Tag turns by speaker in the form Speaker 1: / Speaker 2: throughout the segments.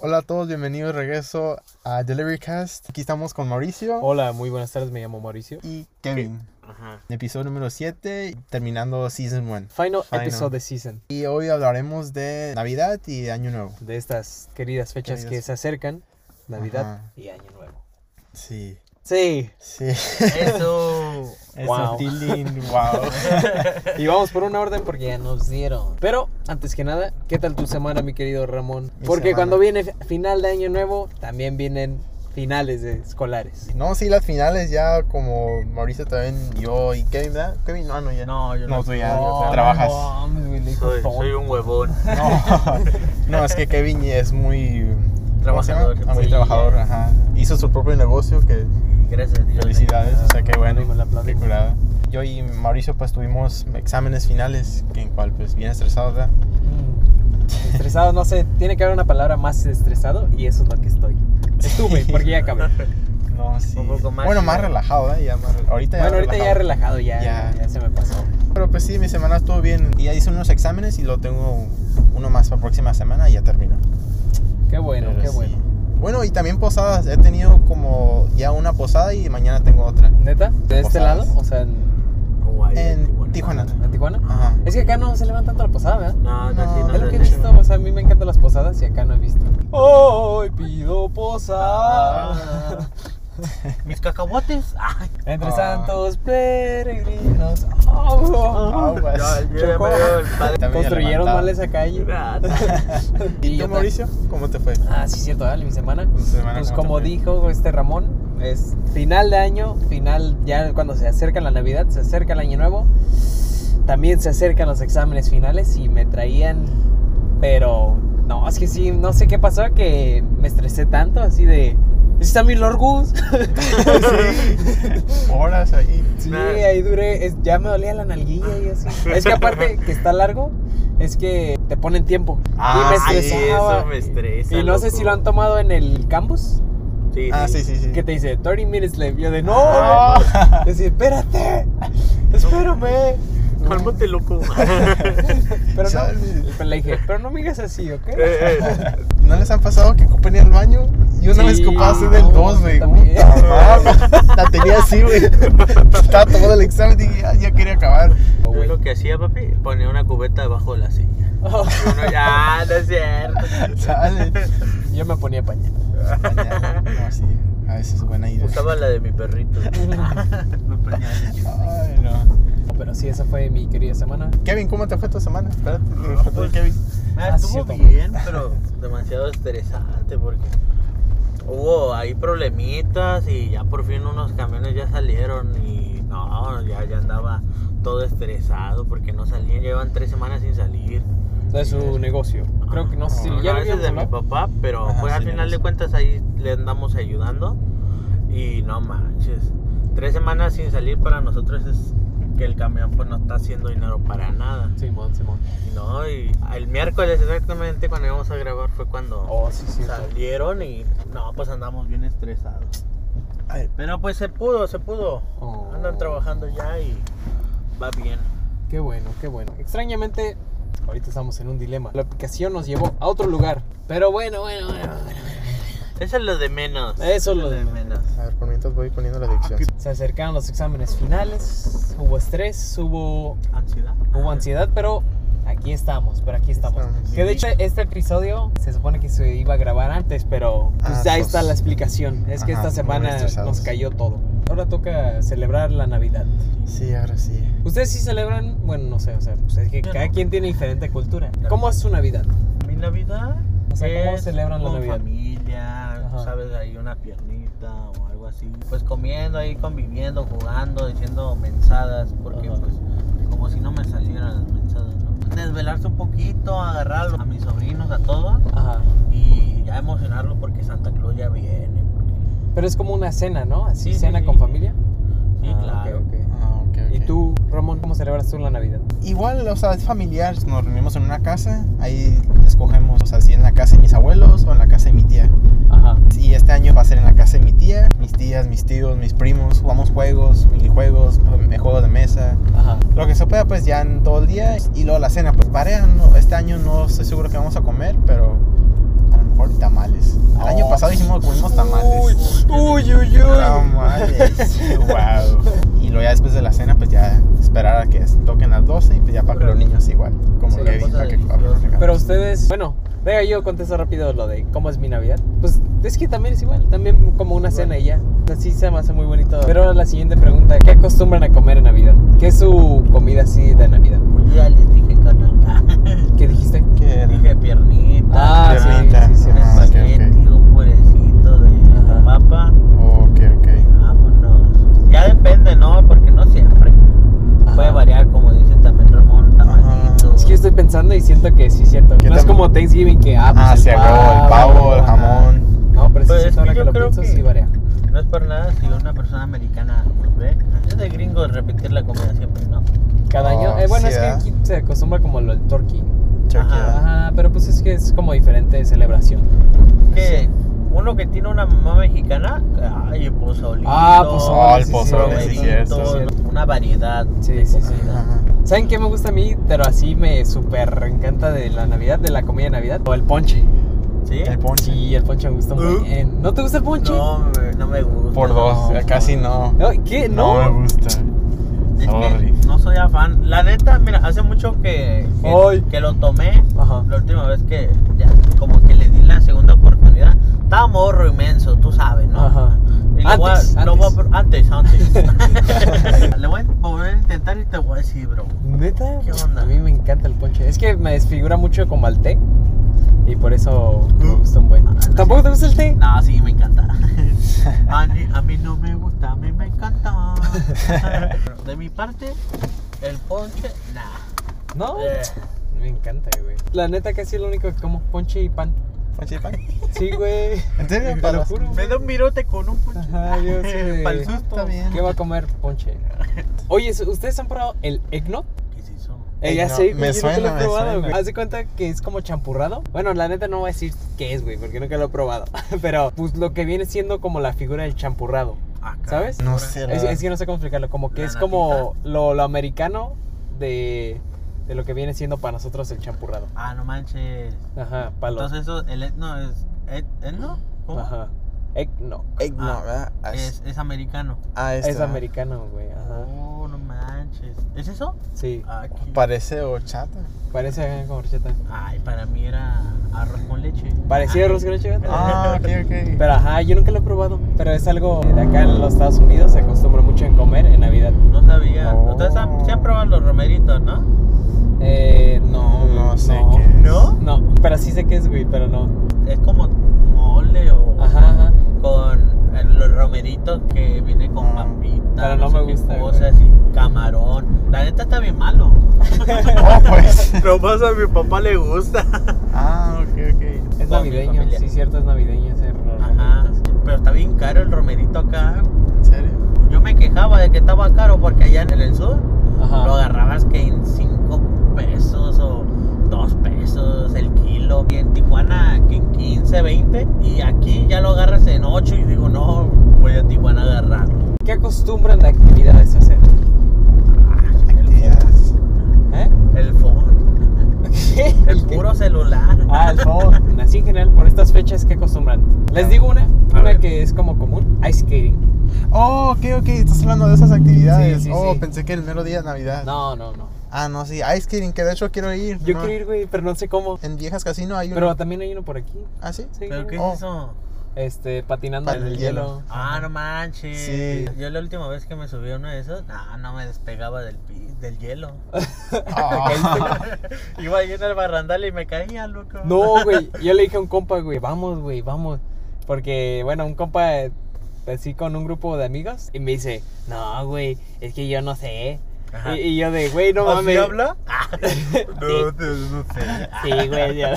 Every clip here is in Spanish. Speaker 1: Hola a todos, bienvenidos de regreso a Delivery Cast. Aquí estamos con Mauricio
Speaker 2: Hola, muy buenas tardes, me llamo Mauricio.
Speaker 1: y Kevin.
Speaker 2: Ajá.
Speaker 1: Episodio número 7, terminando Season 1.
Speaker 2: Final,
Speaker 1: Final.
Speaker 2: episode de season,
Speaker 1: Y hoy hablaremos de Navidad y de Año Nuevo.
Speaker 2: de estas queridas fechas
Speaker 1: Queridas.
Speaker 2: que se acercan, Navidad
Speaker 1: Ajá.
Speaker 2: y Año Nuevo.
Speaker 1: Sí.
Speaker 2: Sí,
Speaker 1: Sí.
Speaker 3: Eso.
Speaker 2: Wow.
Speaker 1: Eso, Tilín, wow.
Speaker 2: y vamos por una orden porque ya nos dieron. Pero, antes que nada, ¿qué tal tu semana, mi querido Ramón?
Speaker 1: Mi
Speaker 2: Porque
Speaker 1: semana.
Speaker 2: cuando viene fi- final de Año Nuevo, también vienen finales de escolares.
Speaker 1: No, sí, las finales ya como Mauricio también, yo y Kevin, ¿verdad? Kevin, no, no, ya.
Speaker 3: No, yo no.
Speaker 1: No, tú ya
Speaker 2: No,
Speaker 1: trabajas.
Speaker 2: no mames, güey, le dijo
Speaker 3: Soy,
Speaker 2: todo.
Speaker 3: soy un huevón.
Speaker 1: No. no, es que Kevin es muy... ¿cómo se llama?
Speaker 3: Trabajador.
Speaker 1: Ah, Muy
Speaker 3: Sí.
Speaker 1: trabajador, ajá. Hizo su propio negocio que
Speaker 3: Gracias, Dios.
Speaker 1: Felicidades, o sea que bueno,
Speaker 2: Arriba el aplauso.
Speaker 1: qué curada. Yo y Mauricio pues tuvimos exámenes finales, que en cual pues bien estresados, ¿verdad?
Speaker 2: Mm, Estresado, no sé, tiene que haber una palabra más estresado y eso es lo que estoy. Estuve, porque ya acabé.
Speaker 1: No, sí.
Speaker 3: Un poco más,
Speaker 1: bueno,
Speaker 3: sí.
Speaker 1: más relajado, ¿verdad? Ya más re- Ahorita
Speaker 2: ¿eh? Bueno, ahorita ya he
Speaker 1: relajado.
Speaker 2: Este, relajado, ya,
Speaker 1: Ya.
Speaker 2: ya. se me pasó.
Speaker 1: Pero pues sí, mi semana estuvo bien. Y ya hice unos exámenes y lo tengo uno más para próxima semana y ya termino.
Speaker 2: Qué bueno,
Speaker 1: Pero
Speaker 2: qué
Speaker 1: sí.
Speaker 2: bueno.
Speaker 1: Bueno, y también posadas. He tenido como ya una posada y mañana tengo otra.
Speaker 2: ¿Neta? ¿De este
Speaker 1: Posadas.
Speaker 2: lado? O sea, en,
Speaker 3: Guay,
Speaker 1: En Tijuana.
Speaker 2: en Tijuana.
Speaker 1: Ajá.
Speaker 2: Es que acá no celebran tanto la posada, ¿verdad?
Speaker 3: No, no, sí,
Speaker 1: No,
Speaker 3: no.
Speaker 2: Es lo que he
Speaker 3: no,
Speaker 2: visto, o sea, a mí me encantan las posadas y acá no he visto. Hoy pido posada.
Speaker 3: Ah. Mis cacahuates. Ay,
Speaker 2: Entre
Speaker 1: Ah.
Speaker 2: santos peregrinos. Ah. Oh,
Speaker 1: Aguas.
Speaker 3: ya, yo ya
Speaker 2: Chocó.
Speaker 3: me veo el padre.
Speaker 1: Ah, pues. También
Speaker 2: Construyeron
Speaker 1: levantado.
Speaker 2: mal esa calle.
Speaker 1: ¿Y
Speaker 2: yo
Speaker 1: tú,
Speaker 2: ta-
Speaker 1: Mauricio? ¿Cómo te fue?
Speaker 2: Ah, sí, cierto, dale, mi semana.
Speaker 1: Tu semana,
Speaker 2: Pues
Speaker 1: ¿cómo te
Speaker 2: como
Speaker 1: fue?
Speaker 2: dijo este Ramón, es final de año, final ya cuando se acerca la Navidad, se acerca el año nuevo, también se acercan los exámenes finales y me traían, pero no, es que sí, no sé qué pasó, que me estresé tanto, así de... Está mi Lorgus.
Speaker 1: Horas ahí.
Speaker 2: Sí,
Speaker 3: Nah.
Speaker 2: ahí duré, es- ya me dolía la nalguilla y así. Es que aparte que está largo, es que te ponen tiempo.
Speaker 1: Ah,
Speaker 2: y
Speaker 1: sí,
Speaker 2: me
Speaker 3: eso
Speaker 2: estresaba.
Speaker 3: me estresa,
Speaker 2: Y no sé
Speaker 3: loco.
Speaker 2: si lo han tomado en el campus.
Speaker 3: Sí,
Speaker 1: Ah, sí, sí, sí.
Speaker 2: que te dice 30 minutes left. Yo de no,
Speaker 1: Ah.
Speaker 2: güey". decir, espérate, espérame.
Speaker 3: Cálmate, loco.
Speaker 2: Pero no,
Speaker 1: Chale.
Speaker 2: pero le dije, pero no me digas así, ¿ok?
Speaker 3: Eh, eh.
Speaker 1: ¿No les han pasado que ocupen ir al baño? Yo una
Speaker 2: Sí.
Speaker 1: vez ocupaba así
Speaker 2: Ah,
Speaker 1: del
Speaker 2: no,
Speaker 1: 2, güey.
Speaker 2: también.
Speaker 1: Puta madre. La tenía así, güey. Estaba tomando el examen y dije, "Ah, ya quería acabar.
Speaker 2: Oh,
Speaker 3: Yo
Speaker 2: güey.
Speaker 3: lo que hacía, papi, ponía una cubeta debajo de la silla.
Speaker 2: Oh,
Speaker 3: Uno, ya, no es cierto.
Speaker 1: Sale.
Speaker 2: yo me ponía pañal.
Speaker 1: No, sí. A veces es buena idea.
Speaker 3: Usaba la de mi perrito. Los pañales.
Speaker 1: Ay, no.
Speaker 2: Pero sí, esa fue mi querida semana.
Speaker 1: Kevin, ¿cómo te fue tu semana? Espérate. me faltó el Kevin.
Speaker 3: Ah,
Speaker 2: Ah, sí,
Speaker 3: estuvo
Speaker 2: cierto.
Speaker 3: bien, pero demasiado estresante porque hubo ahí problemitas y ya por fin unos camiones ya salieron y no, ya, ya andaba todo estresado porque no salían, llevan tres semanas sin salir.
Speaker 2: De su negocio. Creo que no sé si
Speaker 3: Bueno,
Speaker 2: ya
Speaker 3: a
Speaker 2: lo
Speaker 3: veces
Speaker 2: habíamos
Speaker 3: de mi
Speaker 2: hablado.
Speaker 3: papá, pero
Speaker 1: Ajá,
Speaker 3: pues al
Speaker 1: sí,
Speaker 3: final
Speaker 1: sí.
Speaker 3: de cuentas ahí le andamos ayudando y no manches, tres semanas sin salir para nosotros es que el camión pues no está haciendo dinero para nada.
Speaker 2: Simón, Simón.
Speaker 3: No, y el miércoles exactamente cuando íbamos a grabar fue cuando
Speaker 2: Oh, sí, cierto.
Speaker 3: salieron y no, pues andamos bien estresados.
Speaker 1: Ay,
Speaker 3: Pero pues se pudo, se pudo.
Speaker 2: Oh.
Speaker 3: Andan trabajando ya y va bien.
Speaker 2: Qué bueno, qué bueno. Extrañamente, ahorita estamos en un dilema. La aplicación nos llevó a otro lugar. Pero bueno, bueno, bueno. bueno.
Speaker 3: Eso es lo de menos.
Speaker 2: Eso es lo de
Speaker 1: A ver, por mientras voy poniendo
Speaker 2: Ah,
Speaker 1: la dirección.
Speaker 2: Se acercaron los exámenes finales. Hubo estrés, hubo
Speaker 3: ¿Ansiedad?
Speaker 2: Hubo ansiedad, pero aquí estamos, pero aquí estamos.
Speaker 1: Estamos.
Speaker 2: Que de hecho este episodio se supone que se iba a grabar antes, pero pues,
Speaker 1: Ah,
Speaker 2: ahí
Speaker 1: sos-
Speaker 2: está la explicación. Es que
Speaker 1: Ajá,
Speaker 2: esta
Speaker 1: muy
Speaker 2: semana
Speaker 1: estresados.
Speaker 2: nos cayó todo. Ahora toca celebrar la Navidad.
Speaker 1: Sí, ahora sí.
Speaker 2: Ustedes sí celebran, bueno, no sé, o sea, pues es que
Speaker 3: Yo
Speaker 2: cada
Speaker 3: no.
Speaker 2: quien tiene diferente cultura. ¿Cómo es su Navidad?
Speaker 3: Mi Navidad.
Speaker 2: O sea, ¿cómo
Speaker 3: es
Speaker 2: celebran la
Speaker 3: con
Speaker 2: Navidad?
Speaker 3: familia,
Speaker 2: Ajá.
Speaker 3: sabes, ahí una piernita o algo así. Pues comiendo ahí, conviviendo, jugando, diciendo mensadas, porque
Speaker 2: Ajá.
Speaker 3: pues como si no me salieran las mensadas, ¿no? Desvelarse un poquito, agarrar a mis sobrinos, a todos,
Speaker 2: Ajá.
Speaker 3: y ya emocionarlo porque Santa Claus ya viene. porque-
Speaker 2: Pero es como una cena, ¿no? Así,
Speaker 3: Sí, sí,
Speaker 2: cena
Speaker 3: sí.
Speaker 2: con familia.
Speaker 3: Sí,
Speaker 2: Ah,
Speaker 3: claro.
Speaker 2: ok, ok.
Speaker 1: Ah, ok,
Speaker 2: ¿Y
Speaker 1: ok.
Speaker 2: tú, Ramón, cómo celebras tú la Navidad?
Speaker 1: Igual, o sea, es familiar. Nos reunimos en una casa, ahí escogemos, o sea, si en la casa de mis abuelos o en la casa de mi tía.
Speaker 2: Ajá.
Speaker 1: Y este año va a ser en la casa de mi tía, mis tías, mis tíos, mis primos. Jugamos juegos, minijuegos, eh, juegos de mesa.
Speaker 2: Ajá.
Speaker 1: Lo que se pueda, pues ya en todo el día. Y luego la cena, pues pareja. no- este año no estoy seguro que vamos a comer, pero a lo mejor tamales. comimos tamales.
Speaker 2: Uy, uy, uy.
Speaker 1: Tamales. wow. Y luego ya después de la cena, pues ya esperar a que toquen las 12 y pues ya para que los niños igual. Como
Speaker 2: Sí,
Speaker 1: que
Speaker 3: la cosa
Speaker 1: para que
Speaker 3: deliciosa.
Speaker 1: abran regalos.
Speaker 2: Pero ustedes, bueno, venga, yo contesto rápido lo de cómo es mi Navidad. Pues es que también es igual, también como una cena y ya. Así se me hace muy bonito. Pero ahora la siguiente pregunta, ¿qué acostumbran a comer en Navidad? ¿Qué es su comida así de Navidad?
Speaker 3: Yo ya les dije carnal.
Speaker 2: ¿Qué dijiste?
Speaker 1: ¿Qué era?
Speaker 3: Dije piernita.
Speaker 2: Ah, sí,
Speaker 1: Piernita.
Speaker 2: sí, sí, sí.
Speaker 1: Ah, ok, ok.
Speaker 3: espagueti, un purecito de,
Speaker 2: Ajá.
Speaker 3: de papa.
Speaker 1: Ok, ok.
Speaker 3: Vámonos. Ya depende, ¿no? Porque no siempre. Puede
Speaker 1: Ah.
Speaker 2: Ajá.
Speaker 3: variar, como dice también Ramón, tamalito.
Speaker 2: Es que yo estoy pensando y siento que sí es cierto. No
Speaker 1: ¿Qué
Speaker 2: es
Speaker 1: tam-
Speaker 2: como Thanksgiving que ah,
Speaker 1: Ah,
Speaker 2: pues
Speaker 1: se acabó el pavo, el
Speaker 2: ajá.
Speaker 1: jamón.
Speaker 2: No, pero sí,
Speaker 3: Pues
Speaker 2: sí,
Speaker 3: es que
Speaker 2: ahora que
Speaker 3: yo
Speaker 2: lo
Speaker 3: creo
Speaker 2: pienso
Speaker 3: que-
Speaker 2: sí varía.
Speaker 3: No es por nada si una persona americana nos ve. Es de gringo repetir la comida siempre, ¿no?
Speaker 2: Cada año.
Speaker 1: Oh,
Speaker 2: Eh, bueno,
Speaker 1: sí,
Speaker 2: es que
Speaker 1: ¿verdad?
Speaker 2: aquí se acostumbra como lo del turkey.
Speaker 1: Turkey,
Speaker 3: Ajá.
Speaker 1: ah.
Speaker 2: Ajá, pero pues es que es como diferente celebración.
Speaker 3: Que uno que tiene una mamá mexicana, ay, pozolito.
Speaker 2: Ah, pozole,
Speaker 1: Oh, el
Speaker 2: sí,
Speaker 1: pozole, sí,
Speaker 2: sí,
Speaker 1: cierto.
Speaker 3: huevitos, Una variedad.
Speaker 2: Sí,
Speaker 3: de
Speaker 2: sí, sí.
Speaker 3: comida.
Speaker 1: Ajá.
Speaker 2: ¿Saben qué me gusta a mí? Pero así me súper encanta de la Navidad, de la comida de Navidad. O el ponche.
Speaker 3: ¿Sí?
Speaker 1: El ponche.
Speaker 2: Sí, el ponche me gusta un
Speaker 3: ¿Eh?
Speaker 2: buen. ¿No te gusta el ponche?
Speaker 3: No, me- no me gusta.
Speaker 1: Por dos,
Speaker 3: no,
Speaker 1: casi
Speaker 3: no.
Speaker 1: no.
Speaker 2: No, ¿Qué? No.
Speaker 1: me gusta.
Speaker 3: Es que
Speaker 1: Sorry.
Speaker 3: no soy afán. La neta, mira, hace mucho que, que,
Speaker 2: Ay.
Speaker 3: que lo tomé.
Speaker 2: Ajá.
Speaker 3: La última vez que ya como que le di la segunda oportunidad. Estaba morro inmenso, tú sabes, ¿no?
Speaker 2: Ajá.
Speaker 3: Y le voy a-
Speaker 2: Antes,
Speaker 3: lo voy a
Speaker 2: antes.
Speaker 3: pro- antes, antes. le voy a volver a intentar y te voy a decir, bro.
Speaker 2: ¿Neta?
Speaker 3: ¿Qué onda?
Speaker 2: A mí me encanta el ponche. Es que me desfigura mucho como al té. Y por eso me
Speaker 3: ¿Eh?
Speaker 2: gusta un buen.
Speaker 3: Ah, no
Speaker 2: ¿Tampoco
Speaker 3: sé.
Speaker 2: te gusta el té?
Speaker 3: No, sí, me encanta. A mí, a mí no me gusta, a mí me encanta. De mi parte, el ponche, nah.
Speaker 2: No.
Speaker 3: Eh.
Speaker 2: Me encanta, güey. La neta casi es lo único que como ponche y pan.
Speaker 1: Ponche y pan.
Speaker 2: Sí, güey.
Speaker 1: ¿En serio?
Speaker 2: Te
Speaker 1: Para
Speaker 2: lo
Speaker 1: los-
Speaker 2: juro.
Speaker 3: Me
Speaker 2: güey.
Speaker 3: da un virote con un ponche.
Speaker 2: Ajá, yo sí, güey.
Speaker 3: Pa'l susto.
Speaker 1: Está bien.
Speaker 2: ¿Qué va a comer ponche? Oye, ¿ustedes han probado el eggnog?
Speaker 3: ¿Qué es eso?
Speaker 2: Eh, ya
Speaker 1: Eggnog.
Speaker 2: sé, güey,
Speaker 1: Me
Speaker 2: yo nunca
Speaker 1: suena,
Speaker 2: lo
Speaker 1: me
Speaker 2: he probado,
Speaker 1: suena.
Speaker 2: güey. Haz de cuenta que es como champurrado. Bueno, la neta no voy a decir qué es, güey, porque nunca lo he probado. Pero pues lo que viene siendo como la figura del champurrado.
Speaker 3: Acá.
Speaker 2: ¿Sabes?
Speaker 1: No sé, la
Speaker 2: Es,
Speaker 1: verdad.
Speaker 2: es que no sé cómo explicarlo, como que
Speaker 3: ¿La
Speaker 2: es como lo, lo americano de, de lo que viene siendo para nosotros el champurrado.
Speaker 3: Ah, no manches.
Speaker 2: Ajá, palo.
Speaker 3: Entonces eso, el etno es... et- ¿Etno? ¿Cómo?
Speaker 2: Ajá. Eggnog.
Speaker 1: Egg, no,
Speaker 3: Ah,
Speaker 1: ¿verdad? Ah,
Speaker 3: Es, es americano.
Speaker 1: ah,
Speaker 2: Es,
Speaker 1: esta.
Speaker 2: americano, güey. Ajá.
Speaker 3: Oh, no manches. ¿Es eso?
Speaker 2: Ah. Sí,
Speaker 3: Aquí.
Speaker 1: Parece horchata.
Speaker 2: parece ajá, como horchata.
Speaker 3: Ay, para mí era arroz con leche.
Speaker 2: Parecido a
Speaker 3: Ay.
Speaker 2: arroz con leche, güey.
Speaker 1: Ah, ok, ok.
Speaker 2: Pero ajá, yo nunca lo he probado. Pero es algo de acá en los Estados Unidos, se acostumbra mucho en comer en Navidad.
Speaker 3: No sabía.
Speaker 1: Oh.
Speaker 3: Ustedes han, se han probado los romeritos, ¿no?
Speaker 2: Eh, no.
Speaker 1: No sé qué es.
Speaker 3: ¿No?
Speaker 2: No, pero sí sé qué es, güey, pero no.
Speaker 3: Es como mole o
Speaker 2: Ajá, ajá.
Speaker 3: con eh, los romeritos que viene con
Speaker 1: Ah.
Speaker 3: papita.
Speaker 2: Pero no me gusta, güey.
Speaker 3: Cosas y camarón. La neta está bien malo.
Speaker 1: Oh, pues.
Speaker 3: Lo más a mi papá le gusta.
Speaker 1: Ah, ok, ok.
Speaker 2: Es
Speaker 3: Con mi
Speaker 2: navideño,
Speaker 3: familia.
Speaker 2: sí, cierto, es navideño ese error.
Speaker 3: Ajá. Pero está bien caro el romerito acá.
Speaker 1: ¿En serio?
Speaker 3: Yo me quejaba de que estaba caro porque allá en el sur lo
Speaker 2: Ajá.
Speaker 3: agarrabas que en 5 pesos o 2 pesos el kilo. Y en Tijuana que en 15, 20. Y aquí ya lo agarras en 8 y digo, no, voy a Tijuana a agarrar.
Speaker 2: ¿Qué acostumbran de actividades a hacer?
Speaker 1: Actividades.
Speaker 2: ¿Eh?
Speaker 3: El phone. El
Speaker 2: qué?
Speaker 3: puro celular.
Speaker 2: Ah, el favor. Así en general, por estas fechas, ¿qué acostumbran? Les digo una,
Speaker 3: A
Speaker 2: una
Speaker 3: ver.
Speaker 2: que es como común, ice skating.
Speaker 1: Oh, ok, ok. Estás hablando de esas actividades.
Speaker 2: Sí, sí,
Speaker 1: oh,
Speaker 2: sí.
Speaker 1: pensé que el mero día de Navidad.
Speaker 2: No, no, no.
Speaker 1: Ah, no, sí. Ice skating, que de hecho quiero ir.
Speaker 2: Yo
Speaker 1: no.
Speaker 2: quiero ir, güey, pero no sé cómo.
Speaker 1: En Viejas Casino hay uno.
Speaker 2: Pero también hay uno por aquí.
Speaker 1: ¿Ah, sí?
Speaker 2: Sí,
Speaker 3: ¿Pero
Speaker 2: güey.
Speaker 3: qué es
Speaker 1: Oh.
Speaker 3: eso?
Speaker 2: Este, patinando
Speaker 1: Para
Speaker 2: en el
Speaker 1: el
Speaker 2: hielo.
Speaker 1: hielo.
Speaker 3: Ah, no manches.
Speaker 1: Sí.
Speaker 3: Yo la última vez que me subí a uno de esos, no, no me despegaba del, pi- del hielo.
Speaker 1: Ah.
Speaker 3: Iba yo en el barrandal y me caía, loco.
Speaker 2: No, güey. Yo le dije a un compa, güey, vamos, güey, vamos. Porque, bueno, un compa eh, así con un grupo de amigos y me dice, no, güey, es que yo no sé.
Speaker 3: Ajá.
Speaker 2: Y, y yo de, güey, no
Speaker 3: ¿Así
Speaker 2: mames.
Speaker 3: habla?
Speaker 2: Sí.
Speaker 3: te- no sé.
Speaker 2: Sí, güey. yo-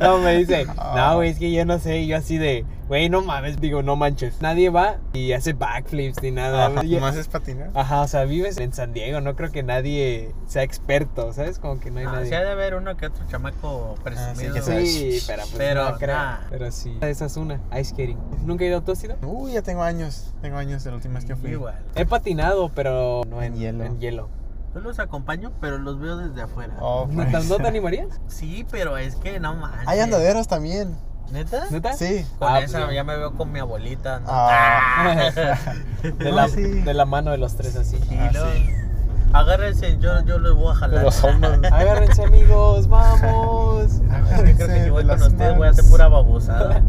Speaker 2: No, me dice, no,
Speaker 3: Ah.
Speaker 2: güey, es que yo no sé. Y yo así de, güey, no mames, digo, no manches. Nadie va y hace backflips ni nada.
Speaker 1: Ajá,
Speaker 2: Yo-
Speaker 1: ¿Más es patinar?
Speaker 2: Ajá, o sea, vives en San Diego, no creo que nadie sea experto, ¿sabes? Como que no hay
Speaker 3: Ah,
Speaker 2: nadie.
Speaker 3: sí ha de haber uno que otro chamaco presumido.
Speaker 1: Ah, que sea-
Speaker 2: Sí, pero pues
Speaker 3: Pero,
Speaker 2: no creo.
Speaker 3: nah.
Speaker 2: Pero sí. Esa es una, ice skating. ¿Nunca he ido a tu ácido?
Speaker 1: Uy, ya tengo años. Tengo años de la última vez que fui.
Speaker 3: Igual.
Speaker 2: He patinado, pero no en,
Speaker 1: En hielo.
Speaker 2: En hielo.
Speaker 3: Yo los acompaño, pero los veo desde afuera.
Speaker 1: Oh,
Speaker 2: ¿No,
Speaker 1: pues.
Speaker 2: te- no te animarías?
Speaker 3: Sí, pero es que no manches.
Speaker 1: Hay andaderos también.
Speaker 3: ¿Neta?
Speaker 2: ¿Neta?
Speaker 1: Sí.
Speaker 3: Con
Speaker 2: Ah,
Speaker 3: esa
Speaker 2: pues,
Speaker 3: ya me veo con mi abuelita. ¿no?
Speaker 1: Ah.
Speaker 2: De,
Speaker 1: No,
Speaker 2: la,
Speaker 1: sí.
Speaker 2: de la mano de los tres así.
Speaker 3: Y
Speaker 1: Ah,
Speaker 3: luego,
Speaker 1: sí.
Speaker 3: Agárrense, yo, yo les voy a
Speaker 1: De
Speaker 3: jalar.
Speaker 1: los hombros.
Speaker 2: Agárrense amigos, vamos.
Speaker 3: Es Ah, que creo que si voy
Speaker 1: De
Speaker 3: con
Speaker 1: las
Speaker 3: ustedes voy a
Speaker 1: manos.
Speaker 3: hacer pura babosada.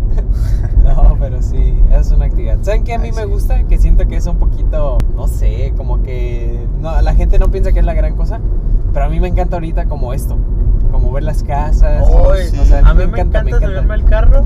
Speaker 2: No, pero sí, es una actividad. ¿Saben qué a mí
Speaker 1: Ay,
Speaker 2: me
Speaker 1: sí.
Speaker 2: gusta? Que siento que es un poquito, no sé, como que no, la gente no piensa que es la gran cosa, pero a mí me encanta ahorita como esto, como ver las casas.
Speaker 3: Hoy,
Speaker 1: sí.
Speaker 2: o sea,
Speaker 3: a mí me encanta, subirme al carro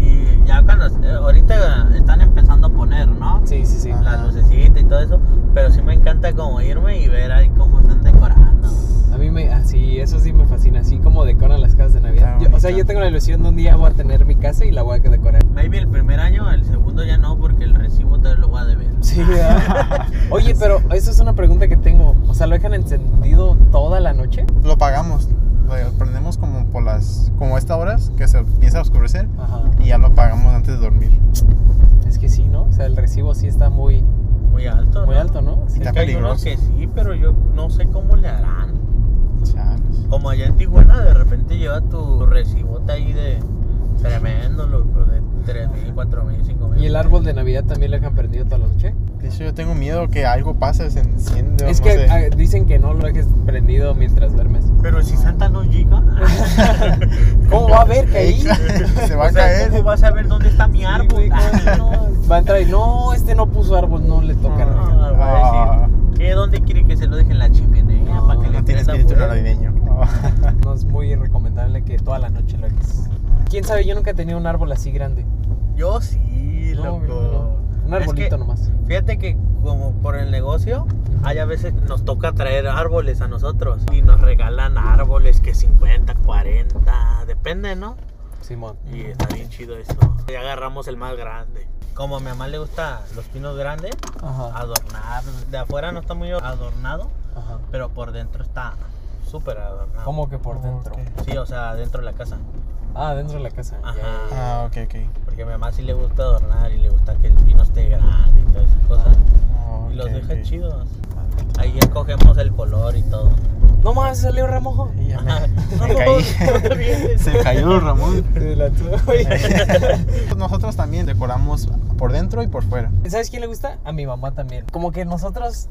Speaker 3: y ya cuando eh, ahorita están empezando a poner, ¿no?
Speaker 2: Sí, sí, sí.
Speaker 1: Ah.
Speaker 3: La lucecita y todo eso, pero sí me encanta como irme y ver ahí cómo están decorando.
Speaker 2: A mí me, así, eso sí me fascina, así como decoran las casas de Navidad.
Speaker 1: Está
Speaker 2: Yo- o sea,
Speaker 1: bonito.
Speaker 2: yo tengo la ilusión de un día voy a tener mi casa y la voy a decorar.
Speaker 3: Maybe el primer año, el segundo ya no, porque el recibo te lo voy a deber.
Speaker 2: Sí, ¿verdad? Oye, pero eso es una pregunta que tengo. O sea, ¿lo dejan encendido toda la noche?
Speaker 1: Lo pagamos. Lo prendemos como por las. Como a estas horas que se empieza a oscurecer.
Speaker 2: Ajá.
Speaker 1: Y ya lo pagamos antes de dormir.
Speaker 2: Es que sí, ¿no? O sea, el recibo sí está muy,
Speaker 3: Muy alto, ¿no?
Speaker 2: muy alto, ¿no? Sí.
Speaker 1: Está
Speaker 3: Es que hay unos
Speaker 1: peligroso.
Speaker 3: que sí, pero yo no sé cómo le harán.
Speaker 1: Chales.
Speaker 3: Como allá en Tijuana, de repente lleva tu recibota ahí de tremendo, loco, de 3 mil, 4 mil, 5 mil.
Speaker 2: ¿Y el árbol de Navidad también lo dejan prendido toda la noche?
Speaker 1: De hecho, yo tengo miedo que algo pase, se enciende. o
Speaker 2: es
Speaker 1: no
Speaker 2: que
Speaker 1: sé.
Speaker 2: ah, dicen que no lo dejes prendido mientras duermes.
Speaker 3: Pero si Santa no llega.
Speaker 2: ¿Cómo va a ver que ahí?
Speaker 1: se va
Speaker 3: O
Speaker 1: a
Speaker 3: sea,
Speaker 1: caer.
Speaker 3: ¿Cómo vas a ver dónde está mi
Speaker 2: Sí, güey,
Speaker 3: árbol? Ah,
Speaker 2: ¿cómo no? Va a entrar y no, este no puso árbol, no le toca nada.
Speaker 3: no, va
Speaker 1: Ah.
Speaker 3: a decir, ¿qué? ¿Dónde quiere que se lo deje en la chimenea?
Speaker 2: No,
Speaker 3: para que
Speaker 1: No
Speaker 3: le
Speaker 1: tiene
Speaker 3: prenda
Speaker 1: espíritu
Speaker 3: fuego?
Speaker 1: navideño.
Speaker 2: No es muy recomendable que toda la noche lo dejes. ¿Quién sabe? Yo nunca he tenido un árbol así grande.
Speaker 3: Yo sí,
Speaker 2: No,
Speaker 3: loco.
Speaker 2: no, no. Un
Speaker 3: Es
Speaker 2: arbolito
Speaker 3: que,
Speaker 2: nomás.
Speaker 3: Fíjate que como por el negocio, hay a veces nos toca traer árboles a nosotros y nos regalan árboles que 50, 40, depende, ¿no?
Speaker 2: Simón.
Speaker 3: Y está bien chido eso. Y agarramos el más grande. Como a mi mamá le gusta los pinos grandes,
Speaker 2: Ajá.
Speaker 3: adornar. De afuera no está muy adornado,
Speaker 2: Ajá.
Speaker 3: pero por dentro está súper adornado.
Speaker 2: ¿Cómo que por dentro?
Speaker 1: Ok.
Speaker 3: Sí, o sea, dentro de la casa.
Speaker 2: Ah, dentro de la casa.
Speaker 3: Ajá.
Speaker 2: Ya, ya,
Speaker 1: Ah, ok, ok.
Speaker 3: Porque a mi mamá sí le gusta adornar y le gusta que el pino esté grande y todas esas cosas.
Speaker 1: Ah,
Speaker 3: y los
Speaker 1: ok,
Speaker 3: deja
Speaker 1: ok.
Speaker 3: chidos. Ahí escogemos el color y todo.
Speaker 2: ya. No más, salió Ramón.
Speaker 1: Y ya
Speaker 3: Ajá.
Speaker 1: me, me caí. se cayó el Ramón.
Speaker 2: Se lanzó.
Speaker 1: Nosotros también decoramos por dentro y por fuera.
Speaker 2: ¿Sabes quién le gusta? A mi mamá también. Como que nosotros,